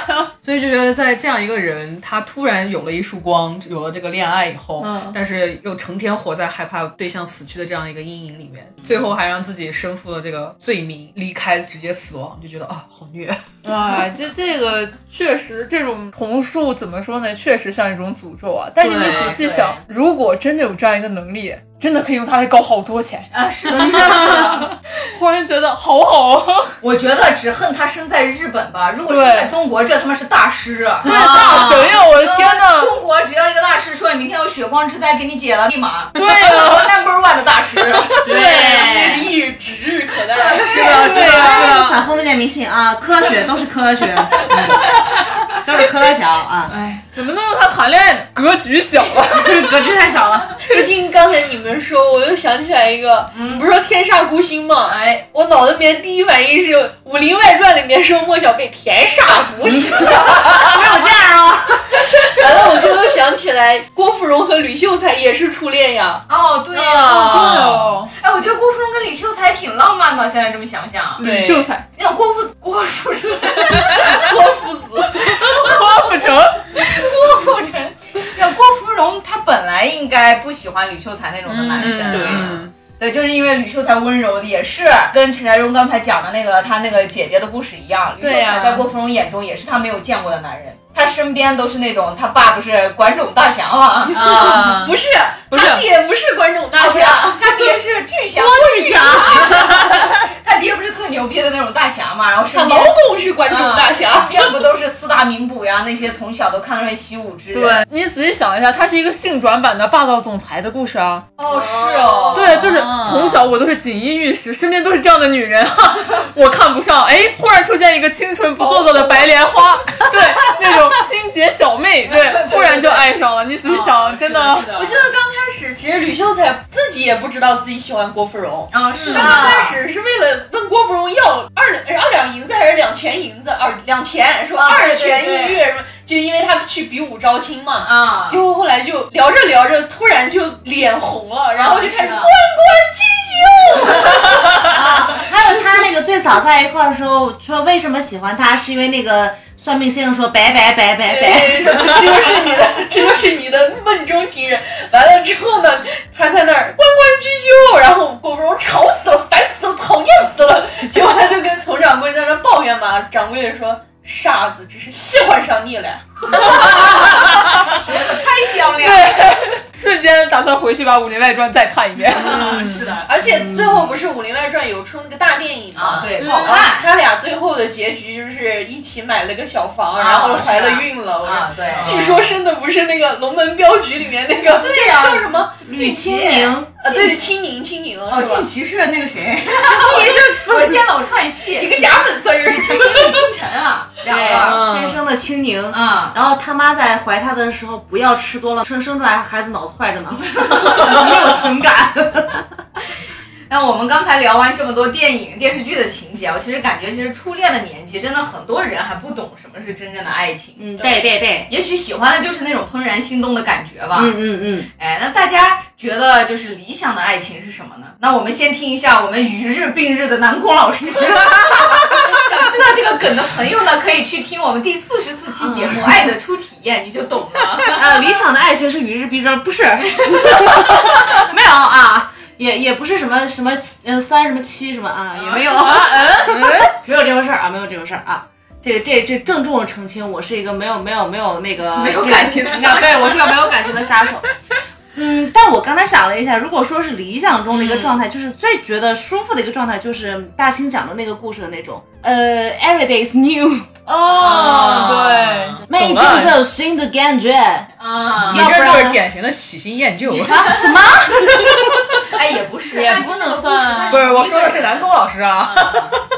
所以就觉得在这样一个人，他突然有了一束光，有了这个恋爱以后，
嗯
但是又成天活在害怕对象死去的这样一个阴影里面，最后还让自己身负了这个罪名，离开直接死亡，就觉得啊、好 虐。
哇，这这个确实，这种同数怎么说呢？确实像一种诅咒啊。但是你
对
仔细想，如果真的有这样一个能力，真的可以用它来搞好多钱。
啊，是的，是的，是的。
忽然觉得好哦好，
我觉得只恨他生在日本吧，如果生
对
在中国，这他妈是大师啊！
对，哦大神呀！我的天呐！
中国只要一个大师说你明天有血光之灾，给你解了立马。
对呀、
Number one 的大师，
对，
利益指日可待。
是的，是的，
反封建迷信啊，科学都是科学，嗯都是科学啊，
怎么能让他谈恋爱呢？格局小啊，
格局太小了。
就听刚才你们说，我又想起来一个，
嗯
你不是说天煞孤星吗？哎，我脑子里面第一反应是《武林外传》里面说莫小贝天煞孤 星，
没有这样哦，
啊
完了我就又想起来郭芙蓉和吕秀才也是初恋呀。
哦，对呀、
哦，
哎，我觉得郭芙蓉跟李秀才挺浪漫的，现在这么想想，
吕秀才、
你想郭芙郭芙蓉、
郭富城，
郭富城，要郭芙蓉她本来应该不喜欢吕秀才那种的男
嗯
生，啊
对
对，就是因为吕秀才温柔的，也是跟陈才荣刚才讲的那个他那个姐姐的故事一样，吕秀
对呀
才在郭芙蓉眼中也是他没有见过的男人，他身边都是那种他爸不是管种大侠吗？
嗯
啊，
不是，
不是
他爹不是关仲 大
大
侠，
侠，他爹是巨侠，
巨侠，
他爹不是特牛逼的那种大侠嘛，然后
他
身边
老公是 关仲大
身
侠。
边不都是四大名捕呀，那些从小都看得出来习武之人，
对你仔细想一下，他是一个性转版的霸道总裁的故事啊。
哦，是哦，
对，就是从小我都是锦衣玉食，身边都是这样的女人，哈， 我看不上。哎，忽然出现一个清纯不做作的白莲花，对，那种清洁小妹，对，忽然就爱上了。你仔细想，啊真
啊
的，
我记得刚开始，其实吕秀才自己也不知道自己喜欢郭芙蓉，
啊，是
他刚开始是为了问郭芙蓉要二二两银子还是两全银子，二两钱，说
啊对
二
对
全
对
一月什么，就因为他去比武招亲嘛。
啊，
结果后来就聊着聊着，突然就脸红了，然后就
是
开
的
始关关
还有他那个最早在一块儿的时候说为什么喜欢他，是因为那个算命先生说拜拜拜拜拜，
雎鸠，这就是你的，这就是你的梦中情人。完了之后呢，他在那儿关关雎鸠，然后郭芙蓉吵死了，烦死了，讨厌死了。结果他就跟佟掌柜在那儿抱怨嘛，掌柜的说。傻子只是喜欢上你了，
太香了，
瞬间打算回去把《武林外传》再看一遍。
是的，
而且最后不是《武林外传》有出那个大电影嘛？
啊，
嗯
对，不好
然后
看，
他俩最后的结局就是一起买了个小房，
啊
然后怀了孕了。我
啊，对，
据说生的不是那个龙门镖局里面那个，对
呀
叫什么？
吕青宁，
啊，对，青柠，青柠
哦，
是
晋
吧？
级是那个谁，我见到我串
一
戏，
个假粉丝儿，
秦明与清晨啊，两个
嗯先生的青柠。
啊，
然后他妈在怀他的时候，不要吃多了，生生出来孩子脑子坏着呢，没有情感。
那我们刚才聊完这么多电影、电视剧的情节，我其实感觉，其实初恋的年纪，真的很多人还不懂什么是真正的爱情。
嗯，对对对，
也许喜欢的就是那种怦然心动的感觉吧。
嗯嗯嗯，
哎，那大家觉得就是理想的爱情是什么呢？那我们先听一下我们与日并日的南宫老师。 想知道这个梗的朋友呢，可以去听我们第四十四期节
嗯
目《爱的初体验》，你就懂了。
呃，理想的爱情是与日并进，不是， 没有啊，也也不是什么什么嗯三什么七什么啊，也没有，
嗯
没有这回事儿啊，没有这回事儿啊。这这这郑重澄清，我是一个没有没有没有那个
没有感情的杀手
对我是个没有感情的杀手。嗯，但我刚才想了一下，如果说是理想中的一
嗯
个状态，就是最觉得舒服的一个状态，就是大兴讲的那个故事的那种，呃，every day is new，
嗯
哦，
每
懂
天
了
都有新的感觉。
啊，
你
要不
这
然
就是典型的喜新厌旧。
啊什么？
哎，也不是，
也
爱情这
不
个
能
故事
算
它
不是，我说的是南宫老师啊，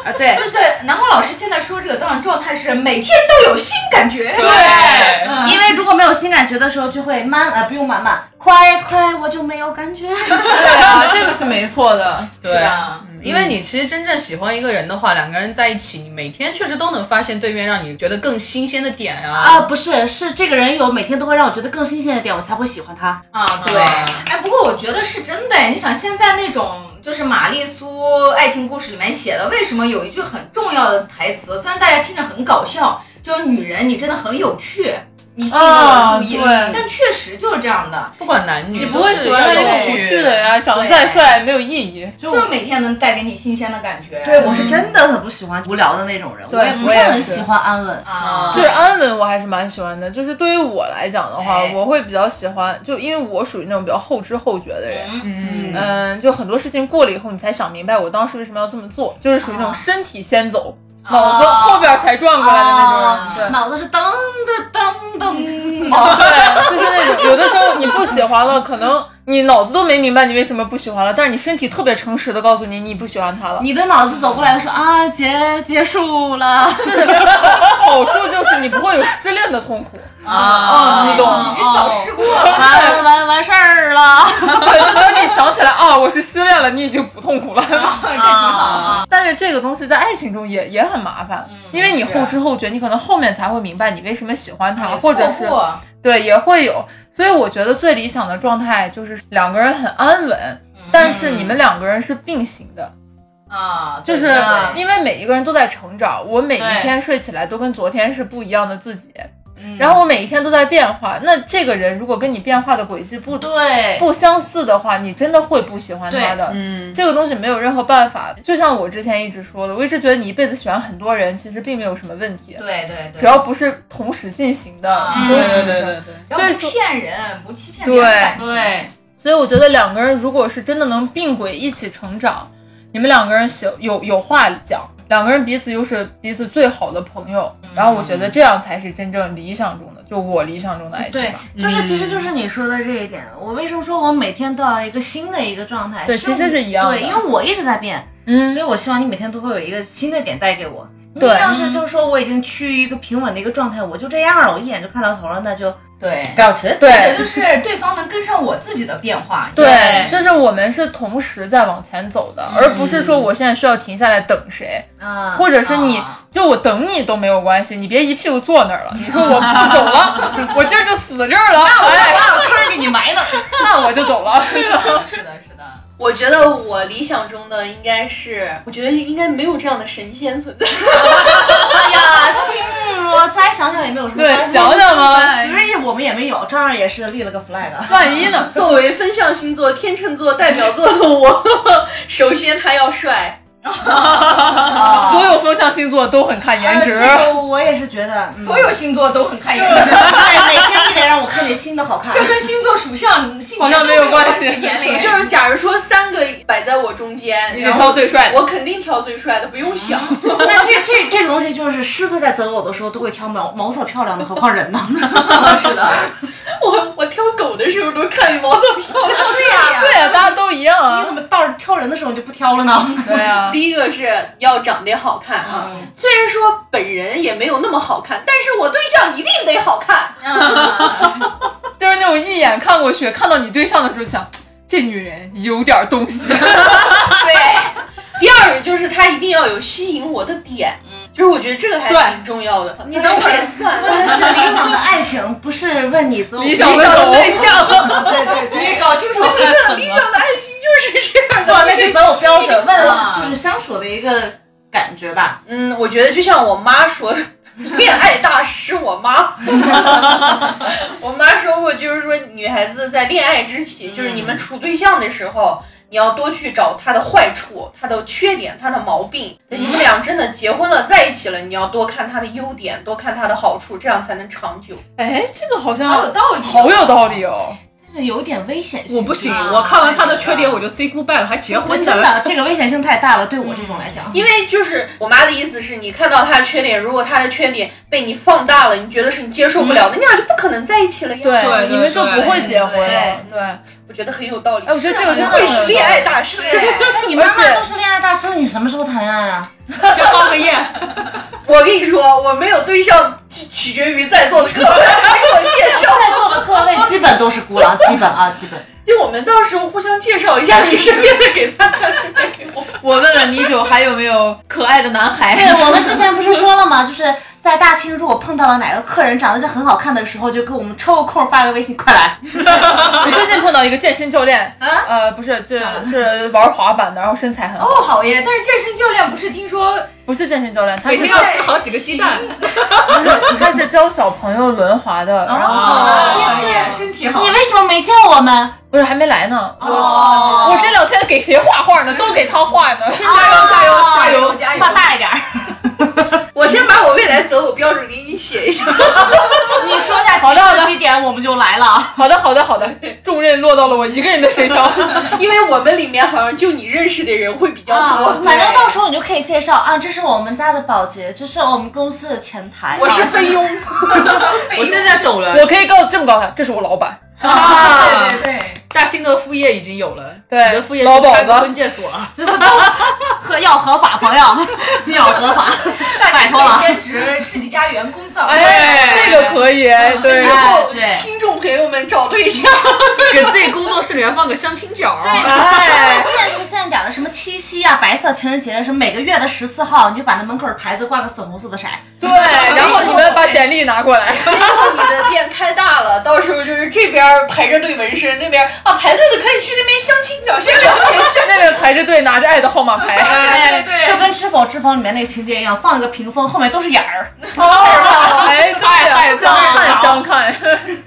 啊，对，
就是南宫老师现在说这个当然状态是每天都有新感觉，
对
嗯
因为如果没有新感觉的时候，就会慢啊，不用慢慢，快快，我就没有感觉。
对啊，这个是没错的。
对
啊
嗯因为你其实真正喜欢一个人的话，两个人在一起，你每天确实都能发现对面让你觉得更新鲜的点
啊，
啊。
不是，是这个人有每天都会让我觉得更新鲜的点，我才会喜欢他。
啊，对，哎，不过我觉得是真的。哎你想现在那种就是玛丽苏爱情故事里面写的，为什么有一句很重要的台词？虽然大家听着很搞笑，就是女人你真的很有趣，你吸引了我的注意力，
哦对
但确实就是这样的，
不管男女，
你不会喜欢
都
那
是
种
要有
有
趣
趣的呀，长得再帅也没有意义。
就是每天能带给你新鲜的感觉。嗯
我是真的很不喜欢无聊的那种人，我也不
我
是
也
很
是
喜欢安稳。
啊，
就是安稳，我还是蛮喜欢的。就是对于我来讲的话
哎，
我会比较喜欢，就因为我属于那种比较后知后觉的人。
嗯，
嗯，
嗯，就很多事情过了以后，你才想明白我当时为什么要这么做，就是属于那
啊
种身体先走，脑子后边才转过来的
啊
那种人。
脑子是噔的噔噔，
对，对，就是那种有的时候你不喜欢了，可能你脑子都没明白你为什么不喜欢了，但是你身体特别诚实的告诉你你不喜欢他了。
你的脑子走过来的时候啊，结结束了。
好处就是你不会有失恋的痛苦，
啊
哦你懂
你这早试过
哦
了。
完了完完事儿了，
对，就等你想起来啊，我是失恋了，你已经不 痛苦了。
啊这挺好，啊嗯
但是这个东西在爱情中也也很麻烦，因为你
是
后知后觉，你可能后面才会明白你为什么喜欢他，
啊
或者是
错过
对也会有。所以我觉得最理想的状态就是两个人很安稳，
嗯
但是你们两个人是并行的，
啊，
就
对
是
嗯对
因为每一个人都在成长，我每一
对
天睡起来都跟昨天是不一样的自己，
嗯
然后我每一天都在变化。那这个人如果跟你变化的轨迹不
对，
不相似的话，你真的会不喜欢他的。
嗯，
这个东西没有任何办法。就像我之前一直说的，我一直觉得你一辈子喜欢很多人，其实并没有什么问题，
对对对，
只要不是同时进行的
啊。
都
对
是
对
不
对
行
对对。
只要
所以
不
说
骗人，不欺骗别人的感情，
对
所以我觉得两个人如果是真的能并轨一起成长，你们两个人有有有话讲，两个人彼此又是彼此最好的朋友，然后我觉得这样才是真正理想中的，就我理想中的爱情
对
吧。，
就是其实就是你说的这一点。我为什么说我每天都要一个新的一个状态？
对其实是一样的
对，因为我一直在变，
嗯
所以我希望你每天都会有一个新的点带给我。你
对
要是就是说我已经趋于一个平稳的一个状态，我就这样了，我一眼就看到头了，那就
对
不要辞。啊
也
对。
就是对方能跟上我自己的变化。
对，嗯就是我们是同时在往前走的，而不是说我现在需要停下来等谁，
啊，
或者是你
啊
就我等你都没有关系，你别一屁股坐那 儿了。你说我不走 了，我今儿就死这儿了，哎，
把坑给你埋 那儿。
那我就走 了。
是的，是的。
我觉得我理想中的应该是，我觉得应该没有这样的神仙存在。
哎呀，心若再想想也没有什么
对
关系。
想想吧
十亿我们也没有，这样也是立了个 flag。
万一呢？
作为风象星座天秤座代表作的我，首先他要帅，
所有风象星座都很看颜值。
呃这个我也是觉得， 嗯
所有星座都很看颜值，
对，每天你得让我看见新的 好看。
这跟星座属相、性
好
别
像
都
没
没
有
有
关
关
系
年龄
就是假如说三个摆在我中间，
你得
然
挑
后
最帅的，
我肯定挑最帅的，不用想。
那这这这个东西就是狮子在择偶的时候都会挑毛毛色漂亮的，何况人呢？
是的，
我我挑狗的时候都看毛色漂亮。
对呀、
对呀，大家都一样
你
啊
怎。么到挑人的时候你就不挑了 呢？
对啊呀，
第一个是要长得好看啊，
嗯
虽然说本人也没有那么好看，但是我对象一定得好看。
嗯
就是那种一眼看过去，看到你对象的时候想，这女人有点东西。
对，第二个就是他一定要有吸引我的点，嗯，就是我觉得这个还
算
挺重要的。
你等会儿
算
问的是理想的爱情，不是问你做
理想的对象，
你搞清楚这个理想的爱情就是这样
的
不，那是择偶标准，问了就是相处的一个感觉吧。
嗯，我觉得就像我妈说的，恋爱大师，我妈， 我妈说过，就是说女孩子在恋爱之前，就是你
嗯
们处对象的时候，你要多去找她的坏处、她的缺点、她的毛病。等
嗯
你们俩真的结婚了，在一起了，你要多看她的优点，多看她的好处，这样才能长久。
哎，这个好像
好有道理哦
好有道理哦。
但是有点危险性，
我不行，
啊
我看完他的缺点我就 say goodbye 了，还结婚
真
呢。
的这个危险性太大了，对我这种来讲。
因为就是我妈的意思是你看到她的缺点，如果她的缺点被你放大了，你觉得是你接受不
嗯
了的，你俩就不可能在一起了呀。
对
你们就不会结婚了。
对
对，哎，
我觉得很有道理。
呃我觉得啊这个真的
会
很
是恋爱大师。
那你妈妈都是恋爱大师，你什么时候谈恋爱 啊？
先包个夜，
我跟你说，我没有对象，取取决于在座的各位给我介 绍。
在座的各 位基本都是孤狼，基本啊，基本。
就我们到时候互相介绍一下你身边的给他。
我问了米酒还有没有可爱的男 孩？
对，我们之前不是说了吗？就是在大庆，如果碰到了哪个客人长得就很好看的时候，就给我们抽个空发个微信，快来。
我最近碰到一个健身教练，呃，不是，这是玩滑板的，然后身材很好，
哦，好耶！但是健身教练不是听说
不是健身教练，他
每
是
天要吃好几个鸡蛋。
不是他是教小朋友轮滑的，然后
是哦身体好哦
你为什么没叫我们？
不是还没来呢，我我这两天给谁画画呢？都给他画呢，
加油加油加油！
加油
画大一点儿。
我先把我未来择偶标准给你写一 下。
你说一下
好的好的
几点我们就来了。
好的好的好的，重任落到了我一个人的身 上。
因为我们里面好像就你认识的人会比 较多。
啊，反正到时候你就可以介绍啊，这是我们家的保洁，这是我们公司的前台。
我是菲佣，
我现在懂了，
我可以告这么告诉他，这是我老板，
啊
对对对，
大清的副业已经有了，
对
你的副业
老
就是
鸨
开个
子
婚介所，
合要合法，朋友， 要合法，拜托
可以兼
了。
职世纪佳缘工造。
哎，这个可以，对
以，后
对
听众朋友们找对 象。
给自己工作室里面放个相亲角。啊
哎，
现实现点的，什么七夕啊、白色情人节，什么每个月的十四号，你就把那门口的牌子挂个粉红色的色。
对，然后你们把简历拿过来，
然后你的店开大了，到时候就是这边儿排着队纹身，那边儿啊排队的可以去那边相亲角先了解一 下。
那边排着队拿着爱的号码 牌，
哎，对，就跟《知否知否》里面那个情节一样，放一个屏风，后面都是眼儿。
哎，太相看相看。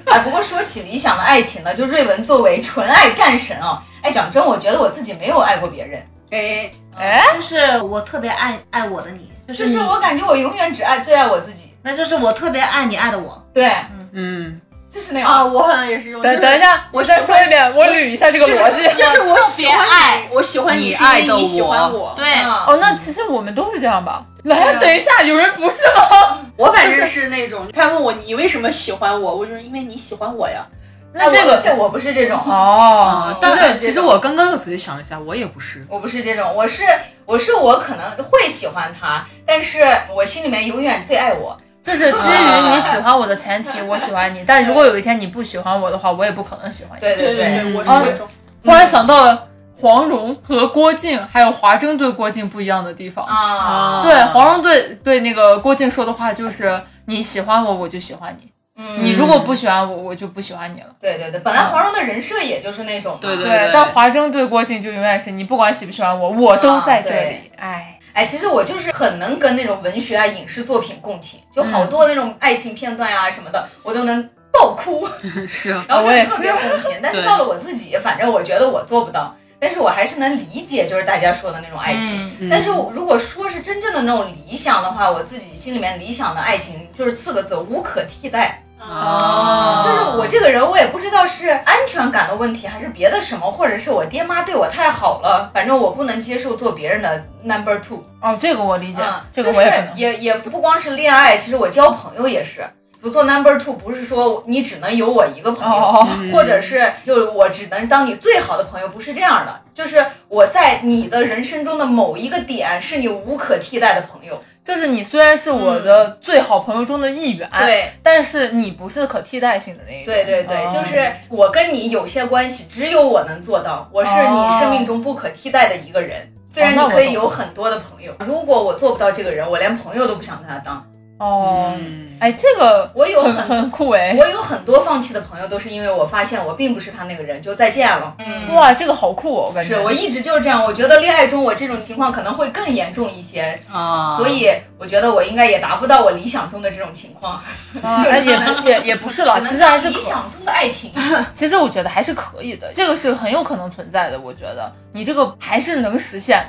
哎，不过说起理想的爱情呢，就瑞文作为纯爱战神啊，哎，讲真，我觉得我自己没有爱过别人，
哎，
哎，
就是我特别爱爱我的你，就
就是是
嗯
你，
我感觉我永远只爱最爱我自己。
那就是我特别爱你爱的我。
对，
嗯，
就是那样。
哦
啊，我好像也是这种。
等等一下，我再说一遍，我捋一下这个逻辑。
就是我喜欢
特别爱
你，我喜欢
你
你是
爱
因
的
为你喜欢我。
对
嗯
哦，那其实我们都是这样吧？来，等一下，有人不是吗？
我反正是那种，他问我你为什么喜欢我，我就说因为你喜欢我呀。
那这个
这我不是这种，
哦，
但
不
是其实我刚刚又仔细想了一下，我也不是。
我不是这种，我是我是我可能会喜欢他，但是我心里面永远最爱我。
这是基于你喜欢我的前提，我喜欢你。但如果有一天你不喜欢我的话，我也不可能喜欢你。
对对
对
对，
对，我
哦
是这种。
忽然想到了黄蓉和郭靖，还有华筝对郭靖不一样的地方。
啊，
对，黄蓉对对那个郭靖说的话就是：“你喜欢我，我就喜欢你；
嗯，
你如果不喜欢我，我就不喜欢你了。
对对对，本来黄蓉的人设也就是那种嘛。
对对
但华筝对郭靖就永远是你不管喜不喜欢我，我都在这里。哎，
哎，其实我就是很能跟那种文学啊、影视作品共情，就好多那种爱情片段啊什么的，我都能爆哭，
是啊，
然后
我也
就是特别共情。但是
对
到了我自己，反正我觉得我做不到，但是我还是能理解，就是大家说的那种爱情。但是我如果说是真正的那种理想的话，我自己心里面理想的爱情就是四个字：无可替代。
哦
就是我这个人，我也不知道是安全感的问题，还是别的什么，或者是我爹妈对我太好了，反正我不能接受做别人的 number two。
哦，这个我理解，
嗯，
这个我也不能。
就是也也不光是恋爱，其实我交朋友也是。不做 number two 不是说你只能有我一个朋友，
哦哦
或者是就是我只能当你最好的朋友，不是这样的。就是我在你的人生中的某一个点是你无可替代的朋友，
就是你虽然是我的最好朋友中的一员，
嗯对，
但是你不是可替代性的那一种。
对对对，
哦
就是我跟你有些关系，只有我能做到，我是
哦
你生命中不可替代的一个人。虽然
哦
你
那我
可以
懂
有很多的朋友，如果我做不到这个人，我连朋友都不想跟他当。
哦，
嗯，
哎，这个
我有
很
很
很酷哎，
我有很多放弃的朋友，都是因为我发现我并不是他那个人，就再见了。嗯，
哇，这个好酷哦，我感觉。
是我一直就是这样。我觉得恋爱中我这种情况可能会更严重一些，
啊
所以我觉得我应该也达不到我理想中的这种情况，
啊哎也不也也不是了，其
只
实还
能
是
当
可
理，想中的爱情。
其实我觉得还是可以的，这个是很有可能存在的。我觉得你这个还是能实现，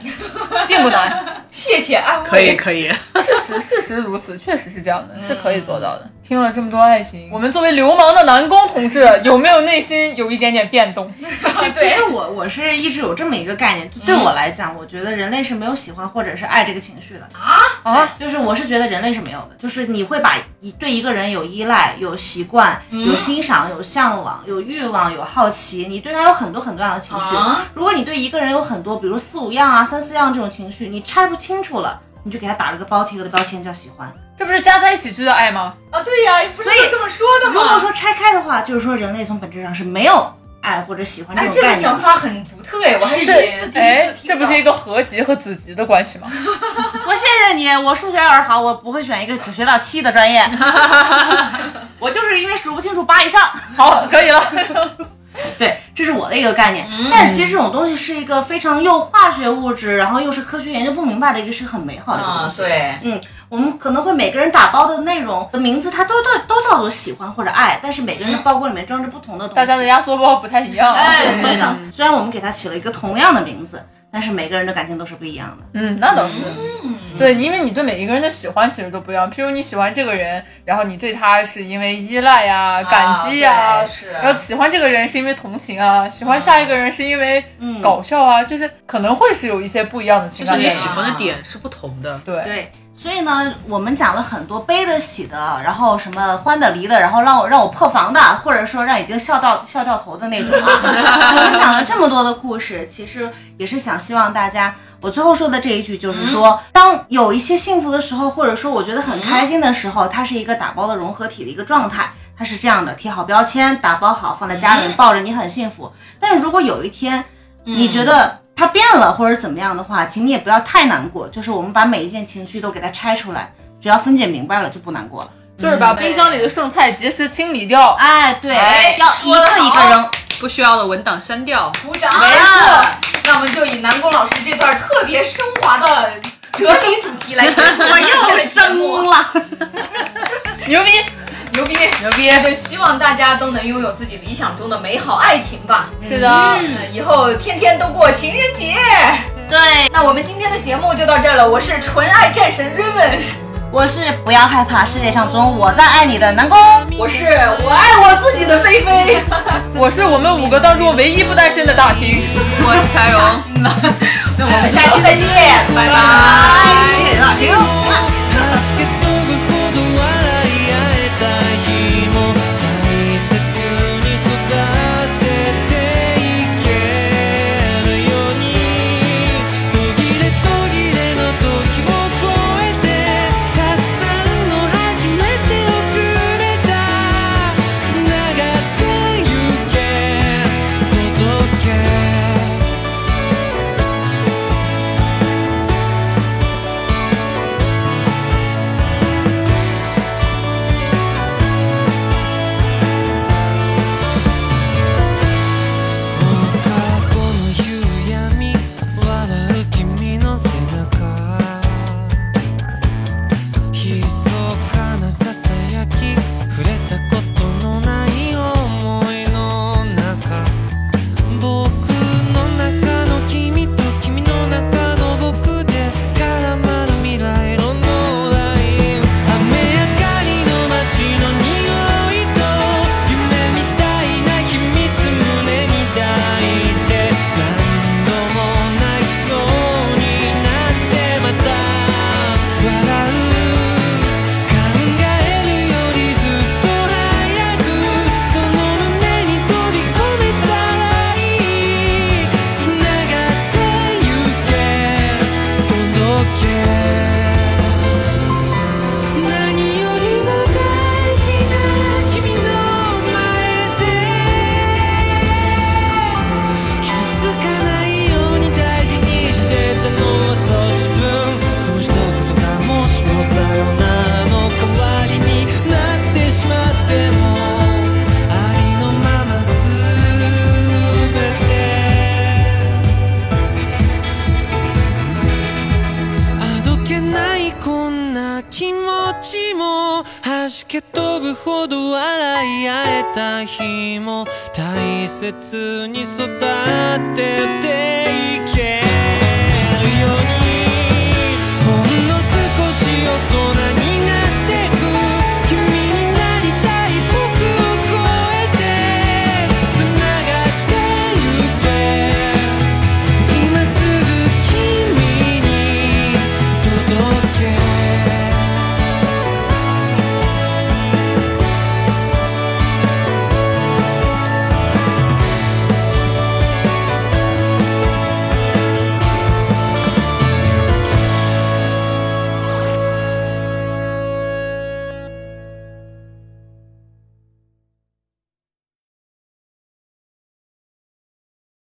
并不 难，
谢谢啊安慰。
可以可以，
事实事实如此，确实是这样
嗯
的，是可以做到的。听了这么多爱情，我们作为流氓的南宫同志，有没有内心有一点点 变动？
啊其实我我是一直有这么一个概念，对
嗯
我来讲，我觉得人类是没有喜欢或者是爱这个情绪的
啊！
就是我是觉得人类是没有的，就是你会把一对一个人有依赖、有习惯、
嗯
有欣赏、有向往、有欲望、有好奇，你对他有很多很多样的情绪。
啊
如果你对一个人有很多，比如四五样啊、三四样这种情绪，你拆不清楚了，你就给他打了个标题和个标签叫喜欢。
这不是加在一起就叫爱吗？
啊，对呀、不是
所以
就这么说的
如果
吗？
说拆开的话，就是说人类从本质上是没有爱或者喜欢
哎，这
这种
个
概念
想
的。
法很独特哎，我还是第一次第
哎
一次，
这
听
不
到
是。一个合集和子集的关系吗？
我谢谢你，我数学儿好，我不会选一个只学到七的专业，我就是因为数不清楚八以上。
好，可以了。
对，这是我的一个概念。但是其实这种东西是一个非常又化学物质，然后又是科学研究不明白的一个是很美好的一个东
啊，
西。
对，
我们可能会每个人打包的内容的名字，它都都都叫做喜欢或者爱，但是每个人的包裹里面装着不同的东西。
大家的压缩包不太一样。啊
哎，对的。虽然我们给它起了一个同样的名字，但是每个人的感情都是不一样的。
嗯，那倒是。对，因为你对每一个人的喜欢其实都不一样。譬如你喜欢这个人，然后你对他是因为依赖呀、感激呀、
对是
然后喜欢这个人是因为同情啊，喜欢下一个人是因为
嗯
搞笑啊，就是可能会是有一些不一样的情
就是
感
你
联
喜
系。
欢的点是不同的。
对，
对，所以呢，我们讲了很多悲的、喜的，然后什么欢的、离的，然后让我让我破防的，或者说让已经笑到笑掉头的那种啊。我们讲了这么多的故事，其实也是想希望大家。我最后说的这一句就是说，当有一些幸福的时候，或者说我觉得很开心的时候，它是一个打包的融合体的一个状态，它是这样的，贴好标签，打包好，放在家里面抱着，你很幸福。但是如果有一天你觉得它变了或者怎么样的话，请你也不要太难过。就是我们把每一件情绪都给它拆出来，只要分解明白了就不难过了。
就是把冰箱里的剩菜及时清理掉。
哎，对，要一个一个扔。
不需要的文档删掉。
鼓掌。
没错，
啊 那我们就以南宫老师这段特别升华的哲理主题来结束。我
又 升了。
牛逼！
牛逼牛逼！就希望大家都能拥有自己理想中的美好爱情吧。
是的，
嗯，以后天天都过情人节。
对，
那我们今天的节目就到这儿了，我是纯爱战神 Raven，
我是不要害怕世界上总有我在爱你的南宫。
我是我爱我自己的菲菲。
我是我们五个当中唯一不单身的大秦。
我是柴 荣。
那我们下期再见，拜拜。谢谢老师。
「助け飛ぶほど笑い合えた日も」「大切に育てていけるように」「途切れ途切れの時を越えて」「たくさんの初めてをくれた」「つながってゆけ届け」「しけ飛ぶほど笑い合えた日も大切に育ててい